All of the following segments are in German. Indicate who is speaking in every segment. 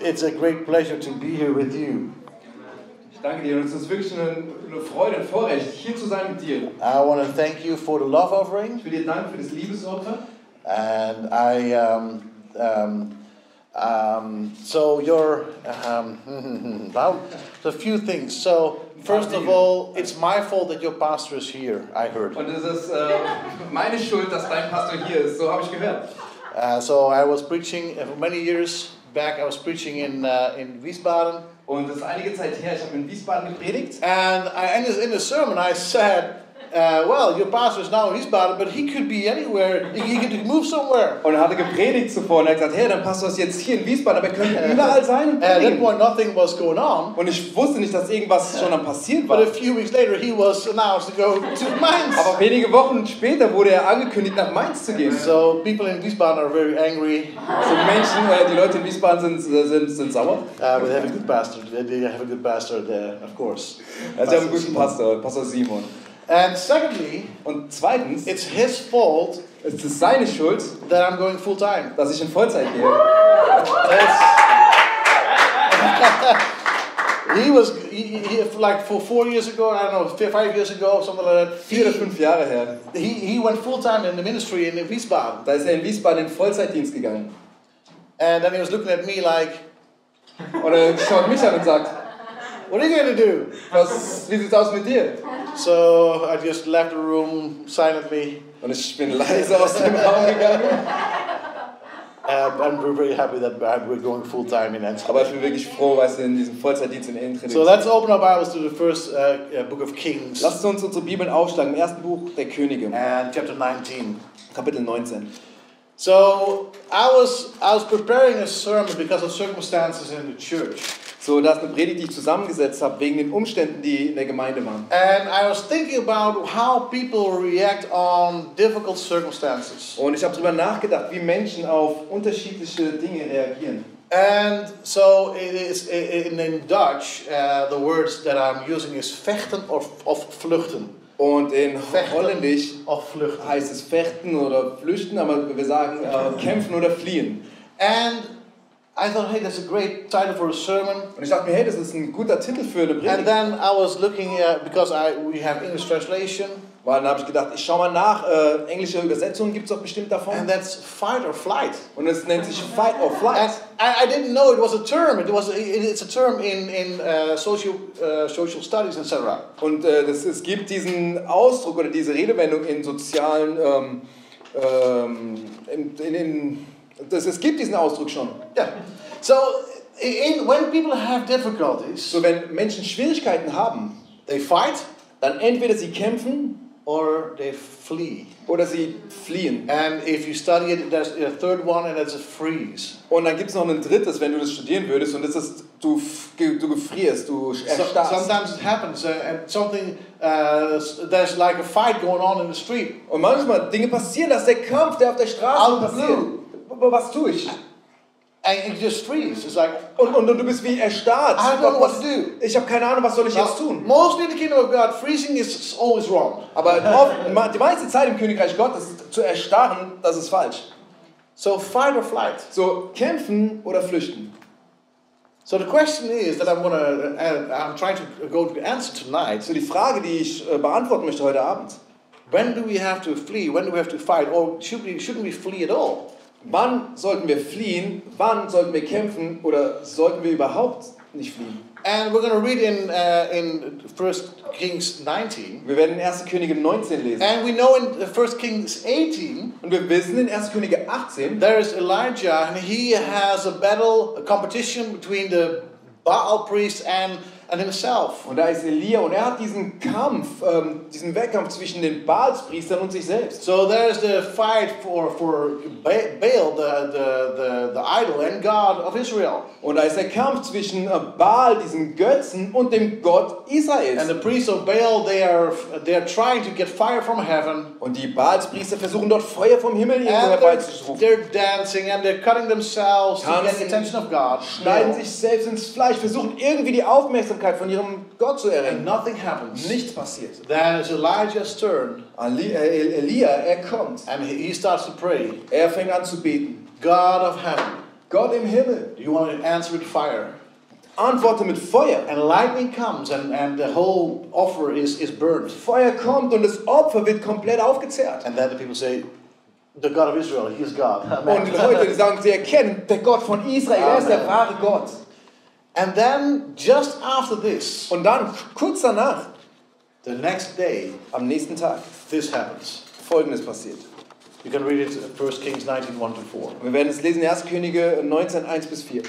Speaker 1: It's a great pleasure to be here with you.
Speaker 2: Ich danke dir und es ist wirklich eine, eine Freude, ein Vorrecht, hier zu sein mit dir.
Speaker 1: I want to thank you for the love
Speaker 2: Ich
Speaker 1: offering,
Speaker 2: will dir danken für das Liebesopfer.
Speaker 1: and I um, um, um, so your um, well, a few things. So first of all, it's my fault that your pastor is here. I heard.
Speaker 2: Und es ist äh, meine Schuld, dass dein Pastor hier ist, so habe ich gehört.
Speaker 1: Uh, so I was preaching uh, many years back. I was preaching in uh, in Wiesbaden,
Speaker 2: Und das ist einige Zeit her, ich habe in Wiesbaden gepredigt.
Speaker 1: and I ended in the sermon. I said. Uh, well, your pastor is now in Wiesbaden, but he could be anywhere. He, he could move somewhere.
Speaker 2: Und er hatte gepredigt zuvor und er hat gesagt, hey, dein Pastor ist jetzt hier in Wiesbaden, aber er könnte überall sein und
Speaker 1: At that
Speaker 2: predigen.
Speaker 1: point, nothing was going on.
Speaker 2: Und ich wusste nicht, dass irgendwas schon am passieren war.
Speaker 1: But a few weeks later, he was announced to go to Mainz.
Speaker 2: Aber wenige Wochen später wurde er angekündigt, nach Mainz zu gehen. So
Speaker 1: So people in Wiesbaden are very angry
Speaker 2: Menschen, äh, die Leute in Wiesbaden sind, äh, sind, sind sauer.
Speaker 1: uh, with having a good pastor. They they have a good pastor there, of course.
Speaker 2: Also sie haben einen guten Pastor, Pastor Simon.
Speaker 1: And secondly,
Speaker 2: Und zweitens,
Speaker 1: it's his fault
Speaker 2: es ist seine Schuld,
Speaker 1: that I'm going full time.
Speaker 2: dass ich in Vollzeit gehe.
Speaker 1: That's- he was he, he, like for four years ago, I don't know, fi- five years ago, something like that.
Speaker 2: Vier oder fünf Jahre her.
Speaker 1: He, he went full time in the ministry in Wiesbaden,
Speaker 2: Da ist er in Wiesbaden in Vollzeitdienst gegangen.
Speaker 1: and then he was looking at me like,
Speaker 2: Und er schaut mich an und sagt,
Speaker 1: "What are you going to do?"
Speaker 2: was, wie sieht's aus mit dir?
Speaker 1: So I just left the room silently.
Speaker 2: Und ich bin leise aus dem Raum gegangen.
Speaker 1: Um, and we're very happy that uh, we're going full time in
Speaker 2: Aber
Speaker 1: Amsterdam.
Speaker 2: ich bin wirklich froh, weißt du, in diesem Vollzeitdienst in Entredienst.
Speaker 1: So let's open our Bibles to the first uh, uh, book of Kings
Speaker 2: Lasst uns unsere Bibeln aufschlagen, im ersten Buch der Könige,
Speaker 1: and chapter 19.
Speaker 2: Kapitel 19.
Speaker 1: So I was I was preparing a sermon because of circumstances in the church,
Speaker 2: So, da ist eine Predigt, die ich zusammengesetzt habe, wegen den Umständen, die in der Gemeinde waren.
Speaker 1: and I was thinking about how people react on difficult circumstances.
Speaker 2: Und ich habe darüber nachgedacht, wie Menschen auf unterschiedliche Dinge reagieren.
Speaker 1: And so it is in, in Dutch uh, the words that I'm using is vechten or of vluchten.
Speaker 2: Und in
Speaker 1: Fechten.
Speaker 2: Holländisch
Speaker 1: Of vluchten.
Speaker 2: heißt es fechten oder flüchten, aber wir sagen äh, kämpfen oder fliehen.
Speaker 1: And I thought, hey, that's a great title for a sermon.
Speaker 2: Und ich dachte mir, hey, das ist ein guter Titel für eine
Speaker 1: And
Speaker 2: Predigt.
Speaker 1: then I was looking at because I we have English translation,
Speaker 2: Weil dann habe ich gedacht, ich schau mal nach, äh, englische Übersetzungen gibt es doch bestimmt
Speaker 1: and
Speaker 2: davon.
Speaker 1: that's fight or flight.
Speaker 2: Und es nennt sich Fight or
Speaker 1: And
Speaker 2: Flight.
Speaker 1: I, I didn't know it was a term. It was it, it's a term in in uh, social uh, social studies etc.
Speaker 2: Und äh, das, es gibt diesen Ausdruck oder diese Redewendung in sozialen, ähm, ähm, in, in, in, das, es gibt diesen Ausdruck schon.
Speaker 1: Yeah. So in, when people have difficulties,
Speaker 2: So wenn Menschen Schwierigkeiten haben,
Speaker 1: they fight
Speaker 2: dann entweder sie kämpfen
Speaker 1: or they flee.
Speaker 2: oder sie fliehen.
Speaker 1: And if you study it, there's a third one, and that's a freeze.
Speaker 2: Und dann gibt es noch ein drittes, wenn du das studieren würdest, und das ist, du, f- ge- du gefrierst, du
Speaker 1: So-
Speaker 2: erstarrst.
Speaker 1: sometimes it happens, uh, and something uh, there's like a fight going on in the street.
Speaker 2: Und manchmal Dinge passieren, dass der Kampf, der auf der Straße
Speaker 1: Out of the
Speaker 2: passiert. Aber was tue ich?
Speaker 1: And you just freeze. It's like,
Speaker 2: Und, und, und du bist wie erstarrt.
Speaker 1: I don't know what to
Speaker 2: Was,
Speaker 1: do.
Speaker 2: ich habe keine Ahnung, was soll ich jetzt
Speaker 1: Now,
Speaker 2: tun?
Speaker 1: mostly in the kingdom of God, freezing is always wrong.
Speaker 2: Aber oft, ma- die meiste Zeit im Königreich Gottes ist zu erstarren, das ist falsch.
Speaker 1: So fight or flight.
Speaker 2: So, kämpfen oder flüchten.
Speaker 1: So the question is that I'm gonna, uh, I'm trying to go to the answer tonight.
Speaker 2: So, die Frage, die ich äh, beantworten möchte heute Abend.
Speaker 1: When do we have to flee? When do we have to fight? Or should we, shouldn't we flee at all?
Speaker 2: Wann sollten wir fliehen? Wann sollten wir kämpfen? Oder sollten wir überhaupt nicht fliehen?
Speaker 1: And we're gonna read in uh, in First Kings 19,
Speaker 2: Wir werden in 1. Könige 19 lesen.
Speaker 1: and we know in First Kings 18
Speaker 2: Und wir wissen in 1. Könige 18,
Speaker 1: There is Elijah, and he has a battle, a competition between the Baal priest and, and himself.
Speaker 2: und da ist Elia und er hat diesen Kampf, ähm, diesen Wettkampf zwischen den Baalspriestern und sich selbst.
Speaker 1: So there's the fight for, for Ba- Baal, the, the, the, the idol and God of Israel.
Speaker 2: Und da ist der Kampf zwischen äh, Baal, diesem Götzen, und dem Gott Israels.
Speaker 1: And the priests of Baal, they are, they are trying to get fire from heaven.
Speaker 2: Und die Baalspriester versuchen dort Feuer vom Himmel irgendwo
Speaker 1: And they're,
Speaker 2: herbeizurufen.
Speaker 1: they're dancing and they're cutting themselves to get the attention of God.
Speaker 2: Schneiden sich selbst ins Fleisch, versuchen irgendwie die Aufmerksamkeit von ihrem Gott zu
Speaker 1: And
Speaker 2: erringen.
Speaker 1: nothing happens.
Speaker 2: Nichts passiert.
Speaker 1: Then it's Elijah's turn,
Speaker 2: Ali, äh, El- Elia, er kommt.
Speaker 1: and he he starts to pray
Speaker 2: Er fängt an zu beten.
Speaker 1: God of heaven,
Speaker 2: Gott im Himmel,
Speaker 1: Do you want to answer with fire?
Speaker 2: antworte mit Feuer.
Speaker 1: And lightning comes and, and the whole offer is, is burned.
Speaker 2: Feuer kommt und das Opfer wird komplett aufgezehrt.
Speaker 1: And then the people say, The God of Israel, He is God. Amen.
Speaker 2: Und die Leute die sagen, sie erkennen, der Gott von Israel, er ist der wahre Gott.
Speaker 1: And then just after this,
Speaker 2: Und dann, kurz danach,
Speaker 1: the next day,
Speaker 2: am nächsten Tag,
Speaker 1: this happens.
Speaker 2: folgendes passiert.
Speaker 1: You can read it First Kings 19 1 to 4.
Speaker 2: Wir werden es lesen, 1. Könige 19, 1 bis 4.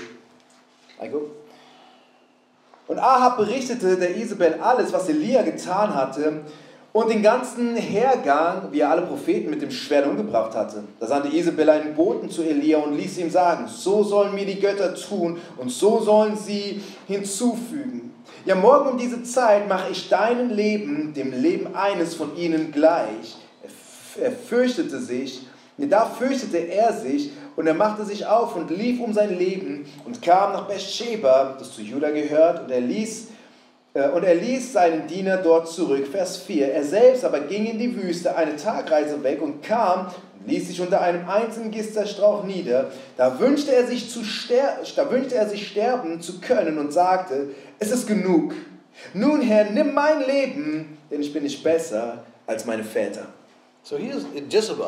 Speaker 2: Heiko. Und Ahab berichtete der Isabel alles, was Elia getan hatte und den ganzen Hergang, wie er alle Propheten mit dem Schwert umgebracht hatte. Da sandte Isabel einen Boten zu Elia und ließ ihm sagen, so sollen mir die Götter tun und so sollen sie hinzufügen. Ja, morgen um diese Zeit mache ich deinem Leben, dem Leben eines von ihnen gleich. Er f- Er fürchtete sich, da fürchtete er sich und er machte sich auf und lief um sein Leben und kam nach Beersheba, das zu Juda gehört, und er ließ äh, und er ließ seinen Diener dort zurück. Vers 4. Er selbst aber ging in die Wüste eine Tagreise weg und kam und ließ sich unter einem einzelnen Gisterstrauch nieder. Da wünschte er sich, zu ster da wünschte er sich sterben zu können und sagte, es ist genug. Nun Herr, nimm mein Leben, denn ich bin nicht besser als meine Väter.
Speaker 1: So here's Jezebel,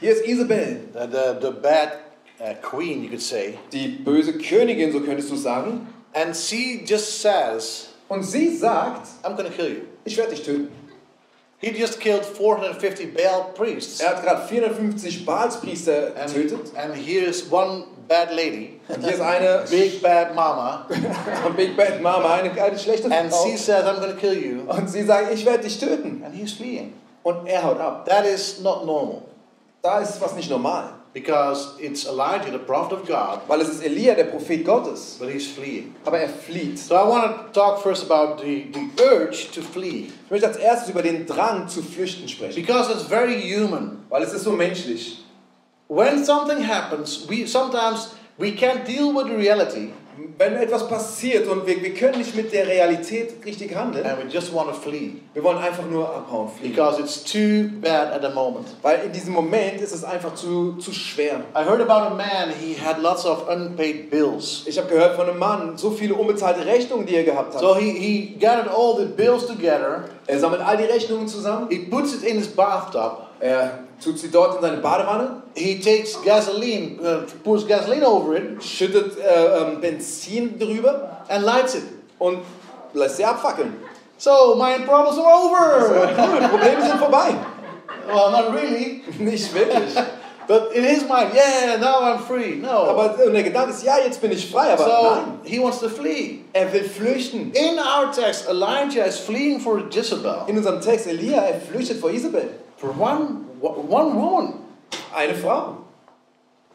Speaker 2: Hier ist Isabel.
Speaker 1: the, the, the bad uh, queen, you could say.
Speaker 2: die böse Königin, so könntest du sagen.
Speaker 1: And she just says,
Speaker 2: Und sie sagt,
Speaker 1: I'm going to kill you.
Speaker 2: ich werde dich töten.
Speaker 1: He just killed 450 Baal priests.
Speaker 2: Er hat gerade 450 Baalspriester getötet.
Speaker 1: And, and here's one bad lady,
Speaker 2: Und hier ist eine
Speaker 1: big bad mama,
Speaker 2: Big Bad Mama, eine, eine schlechte
Speaker 1: and
Speaker 2: Frau.
Speaker 1: she says, I'm going to kill you.
Speaker 2: Und sie sagt, ich werde dich töten.
Speaker 1: And he's fleeing.
Speaker 2: Und er haut ab.
Speaker 1: That is not normal
Speaker 2: Da ist was nicht normal.
Speaker 1: because it's Elijah, the prophet of God,
Speaker 2: Weil es ist Elia, der Prophet Gottes.
Speaker 1: but he's fleeing.
Speaker 2: Aber er flieht.
Speaker 1: So I want to talk first about the, the urge to flee
Speaker 2: Ich möchte als erstes über den Drang zu flüchten sprechen.
Speaker 1: because it's very human.
Speaker 2: Weil es ist so menschlich.
Speaker 1: When something happens, we sometimes we can't deal with the reality
Speaker 2: Wenn etwas passiert und wir, wir können nicht mit der Realität richtig handeln,
Speaker 1: and we just want to flee
Speaker 2: wir wollen einfach nur abhauen, fliehen.
Speaker 1: because it's too bad at the moment.
Speaker 2: Weil in diesem Moment ist es einfach zu, zu schwer.
Speaker 1: I heard about a man, he had lots of unpaid bills.
Speaker 2: Ich habe gehört von einem Mann, so viele unbezahlte Rechnungen, die er gehabt hat.
Speaker 1: So he, he gathered all the bills together,
Speaker 2: er sammelt all die Rechnungen zusammen.
Speaker 1: he puts it in his bathtub,
Speaker 2: Er tut sie dort in seine Badewanne,
Speaker 1: he takes gasoline, uh, pours gasoline over it,
Speaker 2: schüttet äh, ähm, Benzin drüber
Speaker 1: and lights it.
Speaker 2: und lässt sie abfackeln.
Speaker 1: So my problems are over!
Speaker 2: Cool, Probleme sind vorbei.
Speaker 1: well, not really,
Speaker 2: Nicht wirklich.
Speaker 1: but in his mind, yeah, now I'm free. No.
Speaker 2: Aber und der Gedanke ist, ja, jetzt bin ich frei, aber nein.
Speaker 1: So he wants to flee.
Speaker 2: Er will flüchten.
Speaker 1: In our text, Elijah is fleeing for Jezebel.
Speaker 2: In unserem Text, Elia, er flüchtet vor Isabel.
Speaker 1: For one, one woman.
Speaker 2: Eine Frau.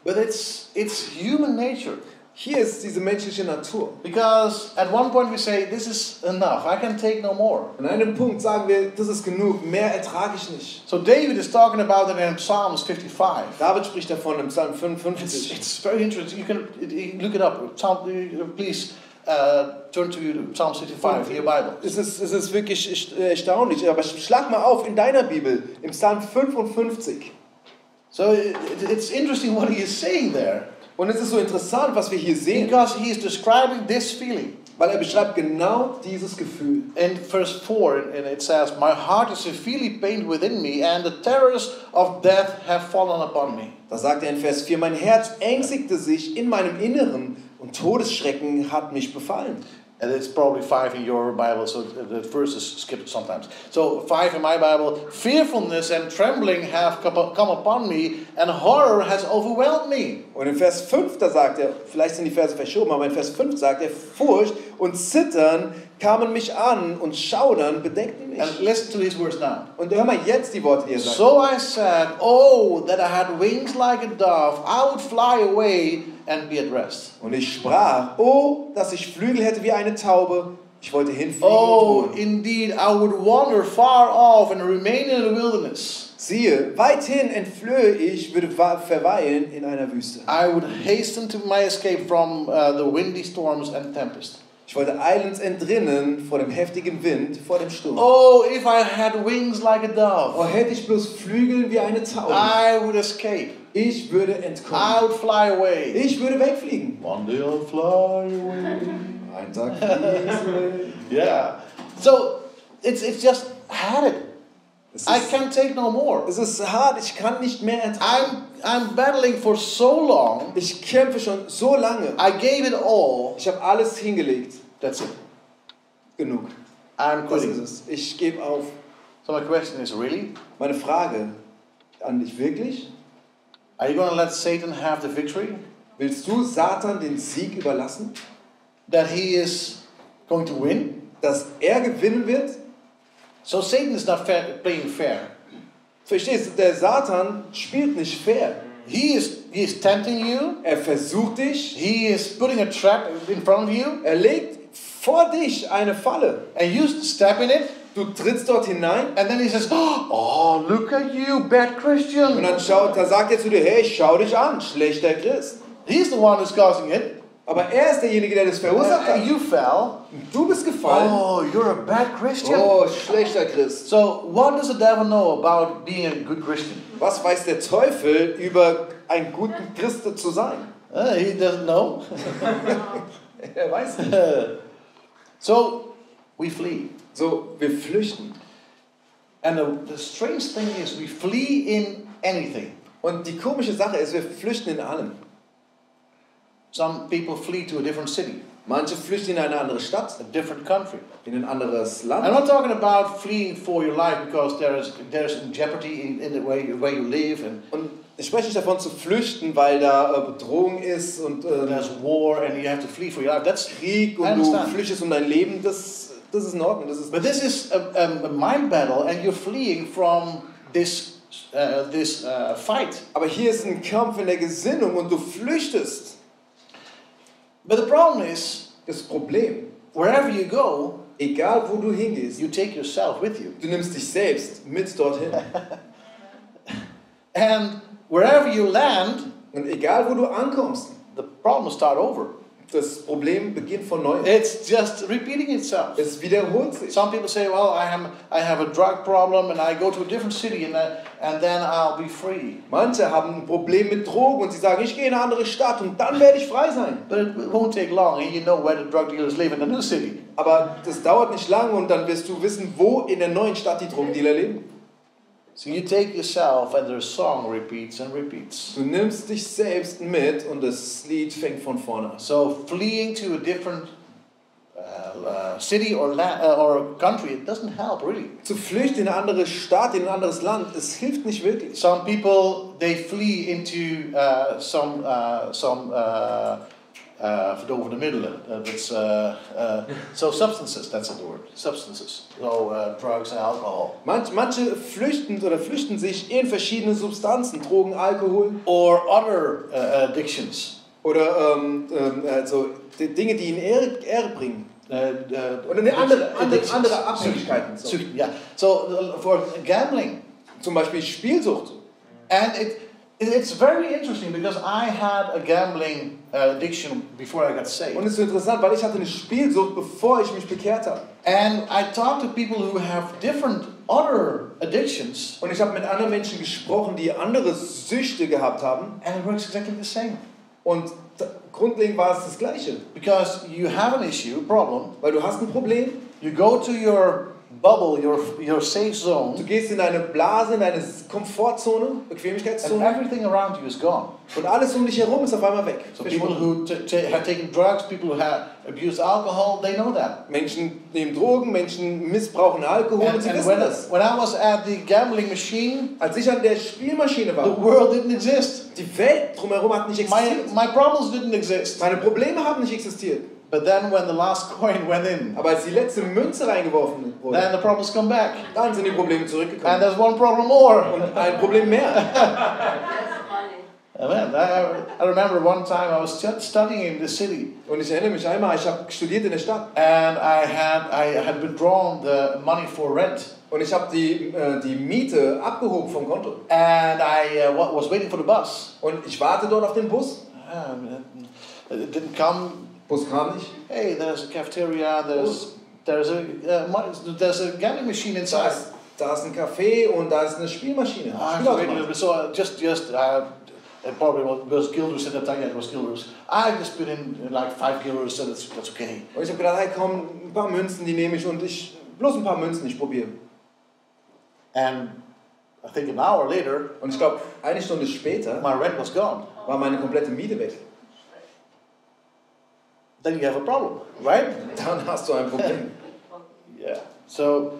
Speaker 1: But it's, it's human nature.
Speaker 2: Hier ist diese menschliche Natur.
Speaker 1: Because at one point we say, this is enough, I can take no more.
Speaker 2: An einem Punkt sagen wir, das ist genug, mehr ertrage ich nicht.
Speaker 1: So David is talking about it in Psalms 55.
Speaker 2: David spricht davon im Psalm
Speaker 1: It's,
Speaker 2: 55.
Speaker 1: it's very interesting. You can it- it- look it up. Psalm, uh, please uh, turn to Psalm 55 in your Bible.
Speaker 2: Es ist, es ist wirklich erst- äh, erstaunlich, aber schlag mal auf in deiner Bibel, im Psalm 55.
Speaker 1: So it, it- it's interesting what he is saying there
Speaker 2: Und es ist so interessant, was wir hier sehen,
Speaker 1: because he is describing this feeling.
Speaker 2: weil er beschreibt genau dieses Gefühl.
Speaker 1: In verse 4, and it says, My heart is severely pained within me, and the terrors of death have fallen upon me.
Speaker 2: Da sagt er in Vers 4, mein Herz ängstigte sich in meinem Inneren und Todesschrecken hat mich befallen.
Speaker 1: And it's probably five in your Bible, so the the verse is skipped sometimes. So five in my Bible, fearfulness and trembling have come up- come upon me, and horror has overwhelmed me.
Speaker 2: Und in Vers 5, da sagt er, vielleicht sind die Verse verschoben, aber in Vers 5 sagt er, Furcht und Zittern kamen mich an und Schaudern bedeckten mich.
Speaker 1: And listen to these words now.
Speaker 2: Und hör mal jetzt die Worte, die er sagt.
Speaker 1: So I said, Oh, that I had wings like a dove, I would fly away and be at rest.
Speaker 2: Und ich sprach, oh, dass ich Flügel hätte wie eine Taube. Ich wollte hinfliegen und
Speaker 1: Oh,
Speaker 2: ruhen.
Speaker 1: indeed, I would wander far off and remain in the wilderness.
Speaker 2: Siehe, weithin entflöhe ich, würde wa- verweilen in einer Wüste.
Speaker 1: I would hasten to my escape from uh, the windy storms and tempest.
Speaker 2: Ich wollte eilends entrinnen vor dem heftigen Wind, vor dem Sturm.
Speaker 1: Oh,
Speaker 2: Oh,
Speaker 1: if I had wings like a dove. Ah.
Speaker 2: hätte ich bloß Flügel wie eine Taube.
Speaker 1: I would escape.
Speaker 2: Ich würde entkommen.
Speaker 1: I would fly away.
Speaker 2: Ich würde wegfliegen.
Speaker 1: One day I'll fly away.
Speaker 2: Ein Tag fliegen.
Speaker 1: Yeah. So it's it's just had it.
Speaker 2: es,
Speaker 1: I
Speaker 2: ist,
Speaker 1: can't take no more.
Speaker 2: es ist hart, ich kann nicht mehr entkommen.
Speaker 1: I'm I'm battling for so long.
Speaker 2: Ich kämpfe schon so lange.
Speaker 1: I gave it all.
Speaker 2: Ich habe alles hingelegt.
Speaker 1: That's it.
Speaker 2: Genug.
Speaker 1: I'm
Speaker 2: Das ist
Speaker 1: quitting.
Speaker 2: es. Ich gebe auf.
Speaker 1: So my question is really,
Speaker 2: Meine Frage an dich wirklich?
Speaker 1: are you going to let Satan have the victory
Speaker 2: Willst du Satan den Sieg überlassen?
Speaker 1: that he is going to win?
Speaker 2: Dass er gewinnen wird?
Speaker 1: So Satan is not fair, playing fair.
Speaker 2: Verstehst du, der Satan spielt nicht fair.
Speaker 1: He is he is tempting you.
Speaker 2: Er versucht dich,
Speaker 1: He is putting a trap in front of you,
Speaker 2: er legt vor dich eine Falle.
Speaker 1: and you step in it.
Speaker 2: Du trittst dort hinein
Speaker 1: And then he says, "Oh, look at you, bad
Speaker 2: und
Speaker 1: Christian."
Speaker 2: dann schaut, da sagt er zu dir, hey, schau dich an, schlechter Christ.
Speaker 1: He's the one who's causing it.
Speaker 2: Aber er ist derjenige, der das verursacht
Speaker 1: Uh,
Speaker 2: hat.
Speaker 1: you fell.
Speaker 2: Du bist gefallen.
Speaker 1: Oh, you're a bad Christian.
Speaker 2: Oh, schlechter Christ.
Speaker 1: So, what does the devil know about being a good Christian?
Speaker 2: Was weiß der Teufel über einen guten Christ zu sein?
Speaker 1: Uh, he doesn't know.
Speaker 2: Er weiß nicht.
Speaker 1: so, we flee.
Speaker 2: So, wir flüchten.
Speaker 1: And the, the strange thing is, we flee in anything.
Speaker 2: Und die komische Sache ist, wir flüchten in allem.
Speaker 1: Some people flee to a different city,
Speaker 2: Manche flüchten in eine andere
Speaker 1: a
Speaker 2: Stadt,
Speaker 1: different country.
Speaker 2: in ein anderes
Speaker 1: I'm
Speaker 2: Land.
Speaker 1: not talking about fleeing for your life because there is there's jeopardy in, in the way you, where you live and
Speaker 2: Und ich spreche nicht davon zu flüchten, weil da äh, Bedrohung ist und äh,
Speaker 1: there's war and you have to flee for your life. That's
Speaker 2: Krieg
Speaker 1: I
Speaker 2: und du
Speaker 1: understand.
Speaker 2: flüchtest um dein Leben. Das, das ist in Ordnung. Das ist,
Speaker 1: But this is a, a, a mind battle, and you're fleeing from this uh, this uh, fight.
Speaker 2: aber hier ist ein Kampf in der Gesinnung und du flüchtest.
Speaker 1: But the problem is,
Speaker 2: Das Problem,
Speaker 1: wherever you go,
Speaker 2: egal wo du hingehst,
Speaker 1: you take yourself with you,
Speaker 2: du nimmst dich selbst mit dorthin.
Speaker 1: and wherever you land,
Speaker 2: Und egal wo du ankommst,
Speaker 1: the problems start over.
Speaker 2: das Problem beginnt von neu.
Speaker 1: It's just repeating itself.
Speaker 2: Es wiederholt sich.
Speaker 1: Some people say, "Well, I am I have a drug problem, and I go to a different city, and I, and then I'll be free."
Speaker 2: Manche haben ein Problem mit Drogen und sie sagen, ich gehe in eine andere Stadt und dann werde ich frei sein.
Speaker 1: But it won't take long, and you know where the drug dealers live in the new city.
Speaker 2: Aber das dauert nicht lange und dann wirst du wissen, wo in der neuen Stadt die Drogendealer leben.
Speaker 1: So you take yourself, and the song repeats and repeats.
Speaker 2: Du nimmst dich selbst mit und das Lied fängt von vorne an.
Speaker 1: So fleeing to a different uh, uh, city or la- uh, or country, it doesn't help really.
Speaker 2: Zu flüchten in eine andere Stadt, in ein anderes Land, es hilft nicht wirklich.
Speaker 1: Some people they flee into uh, some uh, some. Uh, uh, verdoven middelen. Uh, that's, uh, uh, so substances, that's the word. Substances. So uh, drugs and alcohol.
Speaker 2: Manch, manche flüchten oder flüchten sich in verschiedene Substanzen, Drogen, Alkohol
Speaker 1: Or other uh, addictions.
Speaker 2: oder ähm, ähm, also die Dinge, die ihnen Ehre, Ehre bringen.
Speaker 1: Uh, uh,
Speaker 2: Oder eine andere, andere,
Speaker 1: addictions.
Speaker 2: andere Abhängigkeiten. So.
Speaker 1: Sucht- Yeah. So uh, for gambling.
Speaker 2: Zum Beispiel Spielsucht.
Speaker 1: And it, it, it's very interesting because I had a gambling uh, addiction before I got
Speaker 2: Und
Speaker 1: saved.
Speaker 2: es ist so interessant, weil ich hatte eine Spielsucht, bevor ich mich bekehrt habe.
Speaker 1: And I talked to people who have different other addictions,
Speaker 2: Und ich habe mit anderen Menschen gesprochen, die andere Süchte gehabt haben.
Speaker 1: and it works exactly the same.
Speaker 2: Und d- grundlegend war es das Gleiche.
Speaker 1: Because you have an issue, problem,
Speaker 2: Weil du hast ein Problem,
Speaker 1: you go to your bubble, your, your safe
Speaker 2: du
Speaker 1: zone,
Speaker 2: gehst in deine Blase, in deine Komfortzone,
Speaker 1: and
Speaker 2: Bequemlichkeitszone.
Speaker 1: everything around you is gone.
Speaker 2: Und alles um dich herum ist auf einmal weg.
Speaker 1: So people who t- t- have taken drugs, people who have abused alcohol, they know that.
Speaker 2: Menschen nehmen Drogen, Menschen missbrauchen Alkohol
Speaker 1: And,
Speaker 2: und sie
Speaker 1: and
Speaker 2: wissen
Speaker 1: when, I,
Speaker 2: das.
Speaker 1: when I was at the gambling machine,
Speaker 2: Als ich an der Spielmaschine
Speaker 1: the
Speaker 2: war,
Speaker 1: world didn't exist.
Speaker 2: die Welt drumherum hat nicht
Speaker 1: My,
Speaker 2: existiert.
Speaker 1: my problems didn't exist.
Speaker 2: Meine Probleme haben nicht existiert.
Speaker 1: But then when the last coin went in,
Speaker 2: Aber als die letzte Münze reingeworfen wurde,
Speaker 1: then the problems come back.
Speaker 2: Dann sind die Probleme
Speaker 1: And
Speaker 2: zurückgekommen.
Speaker 1: there's one problem more.
Speaker 2: Und ein Problem mehr.
Speaker 1: Amen. I, I remember one time I was stu- studying in the city
Speaker 2: Und ich erinnere mich einmal, ich habe studiert in der Stadt
Speaker 1: and I had, I had withdrawn the money for rent.
Speaker 2: und ich habe die, äh, die Miete abgehoben vom Konto.
Speaker 1: And I uh, wa- was waiting for the bus.
Speaker 2: Und ich warte dort auf den Bus.
Speaker 1: Um, it didn't come.
Speaker 2: Bus kam nicht.
Speaker 1: Hey, there's a cafeteria, there's, there's, a, uh, money, there's a gambling machine
Speaker 2: Da
Speaker 1: inside. Ah,
Speaker 2: ist, da ist ein Café und da ist eine Spielmaschine.
Speaker 1: I was waiting,
Speaker 2: Spielautomat.
Speaker 1: so I just, just uh, And probably what was Gilders said at that time, yeah, it was Gilders. I just put in uh, like five Gilders, so that's, that's okay.
Speaker 2: Und ich habe gedacht, hey komm, ein paar Münzen, die nehme ich und ich, bloß ein paar Münzen, ich probiere.
Speaker 1: And I think an hour later,
Speaker 2: Und ich glaube, eine Stunde später
Speaker 1: my rent was gone.
Speaker 2: war meine komplette Miete weg.
Speaker 1: Then you have a problem, right?
Speaker 2: Dann hast du ein Problem.
Speaker 1: Yeah. So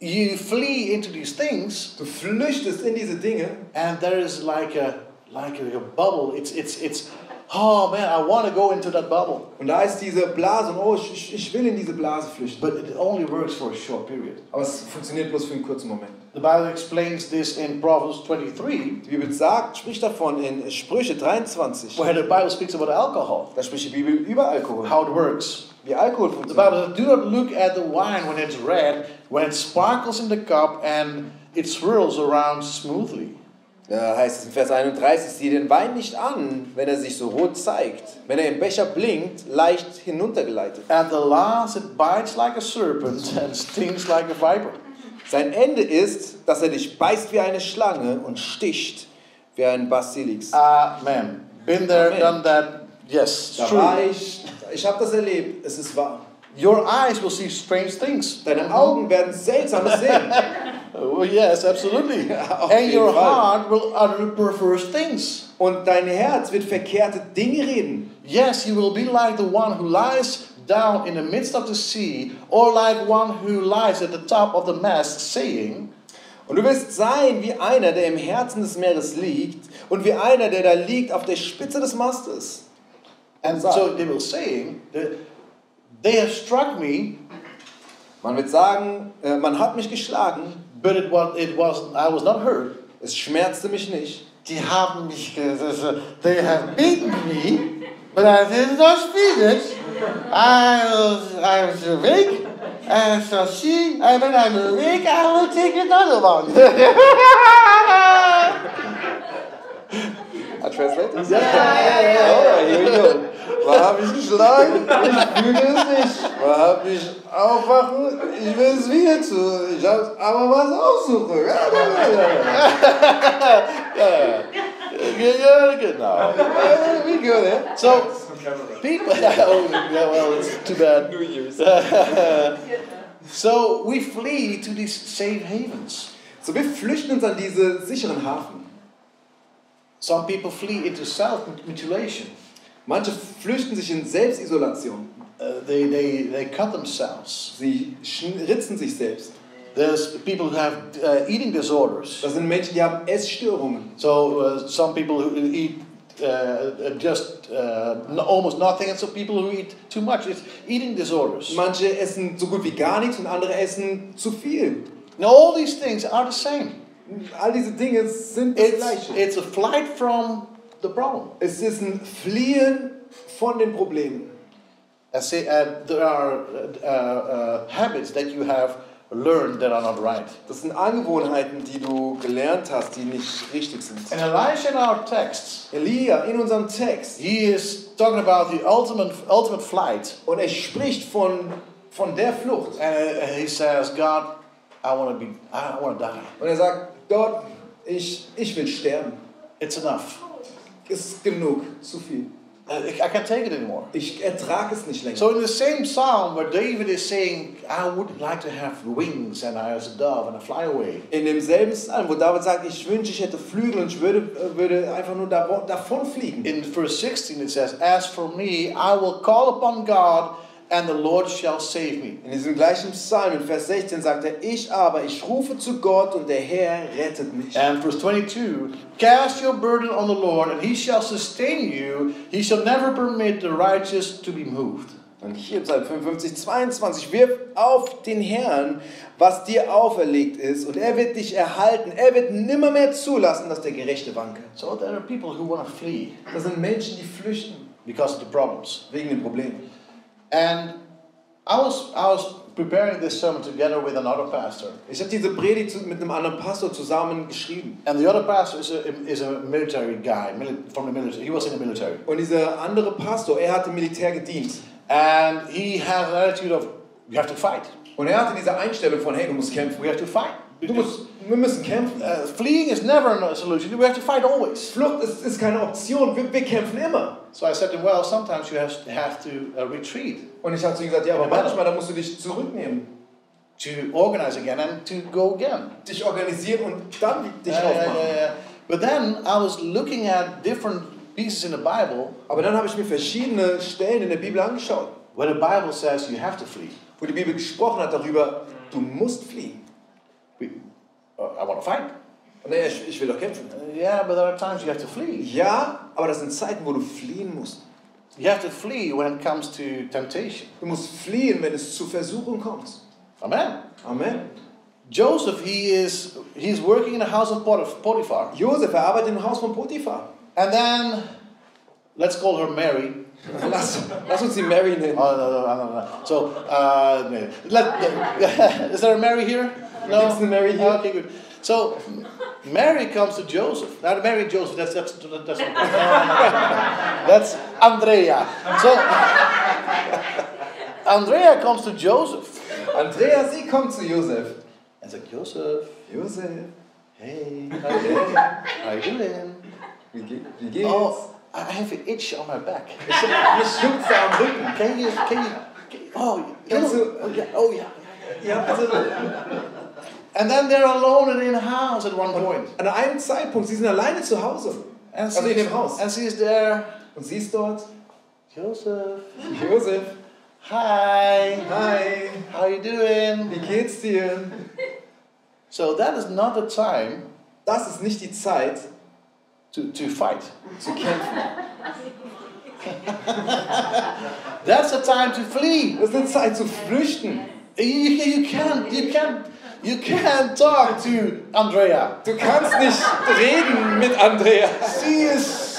Speaker 1: you flee into these things,
Speaker 2: Du flüchtest in diese Dinge
Speaker 1: and there is like a like a, bubble. It's it's it's. Oh man, I want to go into that bubble,
Speaker 2: und da ist diese Blase und oh, ich, ich, ich will in diese Blase flüchten.
Speaker 1: but it only works for a short period.
Speaker 2: Aber es funktioniert bloß für einen kurzen Moment.
Speaker 1: The Bible explains this in Proverbs 23,
Speaker 2: Die Bibel sagt, spricht davon in Sprüche 23.
Speaker 1: where the Bible speaks about alcohol,
Speaker 2: Da spricht die Bibel über Alkohol.
Speaker 1: how it works.
Speaker 2: Wie Alkohol
Speaker 1: The Bible says,
Speaker 2: funktioniert.
Speaker 1: "Do not look at the wine when it's red, when it sparkles in the cup and it swirls around smoothly."
Speaker 2: Da heißt es in Vers 31, sieh den Wein nicht an, wenn er sich so rot zeigt, wenn er im Becher blinkt, leicht hinuntergeleitet.
Speaker 1: At the last, it bites like a serpent and stings like a viper.
Speaker 2: Sein Ende ist, dass er dich beißt wie eine Schlange und sticht wie ein Basilix.
Speaker 1: Ah, Amen. Been there,
Speaker 2: Amen.
Speaker 1: done that. Yes, it's
Speaker 2: Da war
Speaker 1: true.
Speaker 2: ich, ich habe das erlebt, es ist wahr.
Speaker 1: Your eyes will see strange things.
Speaker 2: Deine Augen werden seltsames sehen.
Speaker 1: Oh, yes, absolutely.
Speaker 2: Ja, auf
Speaker 1: and
Speaker 2: jeden
Speaker 1: your
Speaker 2: Fall.
Speaker 1: heart will utter perverse things.
Speaker 2: Und dein Herz wird verkehrte Dinge reden.
Speaker 1: Yes, you will be like the one who lies down in the midst of the sea, or like one who lies at the top of the mast, saying,
Speaker 2: Und du wirst sein wie einer, der im Herzen des Meeres liegt und wie einer, der da liegt auf der Spitze des Mastes.
Speaker 1: and so they will saying that they have struck me,
Speaker 2: Man wird sagen, äh, man hat mich geschlagen,
Speaker 1: but it was it was I was not hurt.
Speaker 2: es schmerzte mich nicht.
Speaker 1: Die haben mich, ge- das- das- they have beaten me, but I did not feel it. I was, I was awake, and so she, and when I'm awake, I will take another one.
Speaker 2: I translate this? Ja, ja, ja. Here we go. Man hat mich geschlagen, ich fühle es nicht. Man hat mich aufwachen, ich will es wieder zu. Ich hab aber was aussuchen. Ja, ja, ja, ja.
Speaker 1: Yeah, yeah, genau.
Speaker 2: Äh, Wie geht der?
Speaker 1: So, people, oh, yeah, well, it's too bad.
Speaker 3: New Year's.
Speaker 1: So we flee to these safe havens.
Speaker 2: So, wir flüchten uns an diese sicheren Hafen.
Speaker 1: Some people flee into self-mutilation.
Speaker 2: Manche flüchten sich in Selbstisolation.
Speaker 1: Uh, they, they, they cut themselves.
Speaker 2: Sie ritzen sich selbst.
Speaker 1: There's people who have uh, eating disorders.
Speaker 2: Das sind Menschen, die haben Essstörungen.
Speaker 1: So uh, some people who eat uh, just uh, n- almost nothing, and some people who eat too much. It's eating disorders.
Speaker 2: Manche essen so gut wie gar nichts und andere essen zu viel.
Speaker 1: Now all these things are the same.
Speaker 2: All diese Dinge sind das
Speaker 1: It's,
Speaker 2: Gleiche.
Speaker 1: it's a flight from the problem.
Speaker 2: Es ist ein Fliehen von den Problemen.
Speaker 1: I say uh, there are uh, uh, habits that you have learned that are not right.
Speaker 2: Das sind Angewohnheiten, die du gelernt hast, die nicht richtig sind.
Speaker 1: And Elisha in our texts,
Speaker 2: Elia in unserem Text
Speaker 1: he is talking about the ultimate ultimate flight,
Speaker 2: und er spricht von, von der Flucht.
Speaker 1: and uh, he says, "God, I want to be, I want to die.
Speaker 2: Und er sagt, Gott, ich, ich will sterben.
Speaker 1: It's enough.
Speaker 2: Ist genug, zu viel.
Speaker 1: Uh, I can't take it anymore."
Speaker 2: Ich ertrage es nicht länger.
Speaker 1: So in the same psalm where David is saying, "I would like to have wings and I as a dove and I fly away,"
Speaker 2: In demselben Psalm, wo David sagt, ich wünsche, ich hätte Flügel und ich würde, äh, würde einfach nur dav davon fliegen.
Speaker 1: in verse 16 it says, "As for me, I will call upon God, and the Lord shall save me."
Speaker 2: In diesem gleichen Psalm, in Vers 16, sagt er, ich aber, ich rufe zu Gott und der Herr rettet mich.
Speaker 1: And verse 22 Cast your burden on the Lord, and he shall sustain you. He shall never permit the righteous to be moved.
Speaker 2: Und hier im Psalm 55, 22, wirf auf den Herrn, was dir auferlegt ist, und er wird dich erhalten. Er wird nimmermehr zulassen, dass der Gerechte wanke.
Speaker 1: So there are people who want to flee
Speaker 2: Das sind Menschen, die flüchten
Speaker 1: because of the problems.
Speaker 2: wegen den Problemen.
Speaker 1: And I was, I was preparing this sermon together with another pastor.
Speaker 2: Ich habe diese Predigt zu- mit einem anderen Pastor zusammen geschrieben.
Speaker 1: And the other pastor is a, is a military guy mili- from the military. He was in the military.
Speaker 2: Und dieser andere Pastor, er hatte militär gedient.
Speaker 1: And he has an attitude of, you have to fight.
Speaker 2: Und er hatte diese Einstellung von, hey, du musst kämpfen.
Speaker 1: We have to fight.
Speaker 2: Du musst, Wir müssen kämpfen.
Speaker 1: Uh, fleeing is never a solution. We have to fight always.
Speaker 2: Flucht ist, ist keine Option. Wir, wir kämpfen immer.
Speaker 1: So I said to him, well, sometimes you have to, have to uh, retreat
Speaker 2: Und ich habe zu ihm gesagt, ja, aber manchmal, da musst du dich zurücknehmen,
Speaker 1: to organize again and to go again.
Speaker 2: dich organisieren und dann dich
Speaker 1: Yeah, yeah,
Speaker 2: aufmachen.
Speaker 1: yeah, yeah. But then I was looking at different pieces in the Bible
Speaker 2: Aber dann habe ich mir verschiedene Stellen in der Bibel angeschaut,
Speaker 1: where the Bible says you have to flee.
Speaker 2: wo die Bibel gesprochen hat darüber, du musst fliehen.
Speaker 1: We, uh, I want to fight.
Speaker 2: Naja, ich, ich will doch kämpfen.
Speaker 1: Uh, yeah, but there are times you have to flee.
Speaker 2: Ja, aber das sind Zeiten, wo du fliehen musst.
Speaker 1: You have to flee when it comes to temptation.
Speaker 2: Du musst fliehen, wenn es zu Versuchung kommt.
Speaker 1: Amen.
Speaker 2: Amen.
Speaker 1: Joseph, he is he's working in the house of Potif- Potiphar,
Speaker 2: Josef, er arbeitet im Haus von Potiphar.
Speaker 1: and then let's call her Mary.
Speaker 2: Lass, lass uns die Mary nennen.
Speaker 1: Oh no no no no! no. So uh, no. let is there a Mary here?
Speaker 2: There's no Mary here.
Speaker 1: Okay, good. So Mary comes to Joseph. Now Mary Joseph. That's that's that's, that's Andrea. So Andrea comes to Joseph
Speaker 2: Andrea, sie kommt zu Josef.
Speaker 1: and says, Joseph,
Speaker 2: Josef,
Speaker 1: hey, how you doing? How you doing?
Speaker 2: wie, ge wie geht's?
Speaker 1: Oh, I have an itch on my back.
Speaker 2: Ich, mich juckt's da am Rücken.
Speaker 1: Can you can you? Can you oh, you
Speaker 2: Kannst
Speaker 1: know-
Speaker 2: du-
Speaker 1: oh yeah oh yeah.
Speaker 2: Ja, also,
Speaker 1: And then they're alone and in a house at one point.
Speaker 2: An einem Zeitpunkt, sie sind alleine zu Hause.
Speaker 1: And
Speaker 2: Also in
Speaker 1: she's-
Speaker 2: dem Haus.
Speaker 1: And she's there.
Speaker 2: Und sie ist dort.
Speaker 1: Joseph.
Speaker 2: Josef,
Speaker 1: Hi.
Speaker 2: hi,
Speaker 1: How you doing?
Speaker 2: wie geht's dir?
Speaker 1: So that is not the time
Speaker 2: Das ist nicht die Zeit
Speaker 1: to, to fight.
Speaker 2: zu kämpfen.
Speaker 1: That's the time to flee.
Speaker 2: Das ist eine Zeit zu flüchten.
Speaker 1: You, you can't you can't you can't talk to Andrea.
Speaker 2: Du kannst nicht reden mit Andrea.
Speaker 1: She is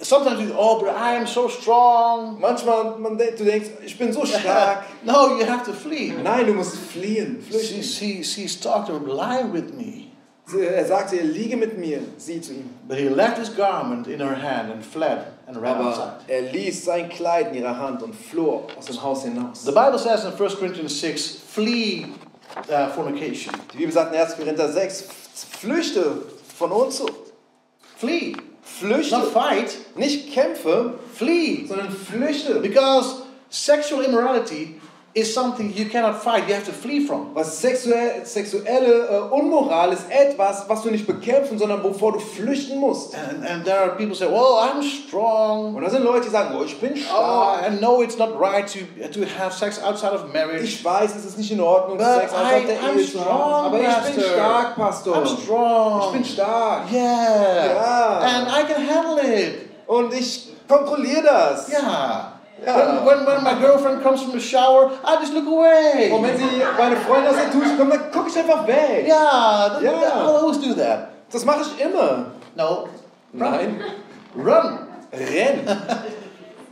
Speaker 1: sometimes you oh but I am so strong.
Speaker 2: Manchmal, man, denkt- du denkst, ich bin so stark.
Speaker 1: no, you have to flee.
Speaker 2: Nein, du musst fliehen,
Speaker 1: She,
Speaker 2: flüchten.
Speaker 1: she, she's talking, lie with me.
Speaker 2: Sie- Er sagte, ihr liege mit mir, sie zu ihm.
Speaker 1: But he left his garment in her hand and fled and ran outside.
Speaker 2: Aber er ließ sein Kleid in ihrer Hand und floh aus dem Haus hinaus.
Speaker 1: The Bible says in 1 Corinthians 6, flee uh, fornication.
Speaker 2: Die Bibel sagt in 1. Korinther 6, flüchte von Unzucht.
Speaker 1: Flee. Not
Speaker 2: Flüchte,
Speaker 1: fight,
Speaker 2: nicht kämpfe,
Speaker 1: flee.
Speaker 2: sondern flüchte.
Speaker 1: Because sexual immorality is something you cannot fight, you have to flee from.
Speaker 2: Was sexuell, sexuelle äh, Unmoral ist etwas, was du nicht bekämpfen, sondern wovor du flüchten musst.
Speaker 1: And, and there are people say, well, I'm strong.
Speaker 2: Und da sind Leute, die sagen, oh, ich bin
Speaker 1: Oh,
Speaker 2: stark.
Speaker 1: I know it's not right to, to have sex outside of marriage.
Speaker 2: Ich weiß, es ist nicht in Ordnung,
Speaker 1: Oh, But
Speaker 2: Sex außerhalb
Speaker 1: I-
Speaker 2: der
Speaker 1: I'm
Speaker 2: Ehe zu haben.
Speaker 1: strong,
Speaker 2: Aber ich bin
Speaker 1: Pastor.
Speaker 2: stark, Pastor.
Speaker 1: I'm strong.
Speaker 2: Ich bin stark.
Speaker 1: Yeah.
Speaker 2: Yeah.
Speaker 1: And I can handle it.
Speaker 2: Und ich kontrolliere das.
Speaker 1: Yeah.
Speaker 2: Yeah.
Speaker 1: When, when, when my girlfriend comes from the shower, I just look away.
Speaker 2: Und wenn sie meine Freunde aus der Dusche kommen, dann gucke ich einfach weg.
Speaker 1: Yeah, th- th-
Speaker 2: Yeah.
Speaker 1: I'll always do that.
Speaker 2: Das mache ich immer.
Speaker 1: No,
Speaker 2: Nein.
Speaker 1: run.
Speaker 2: Renn.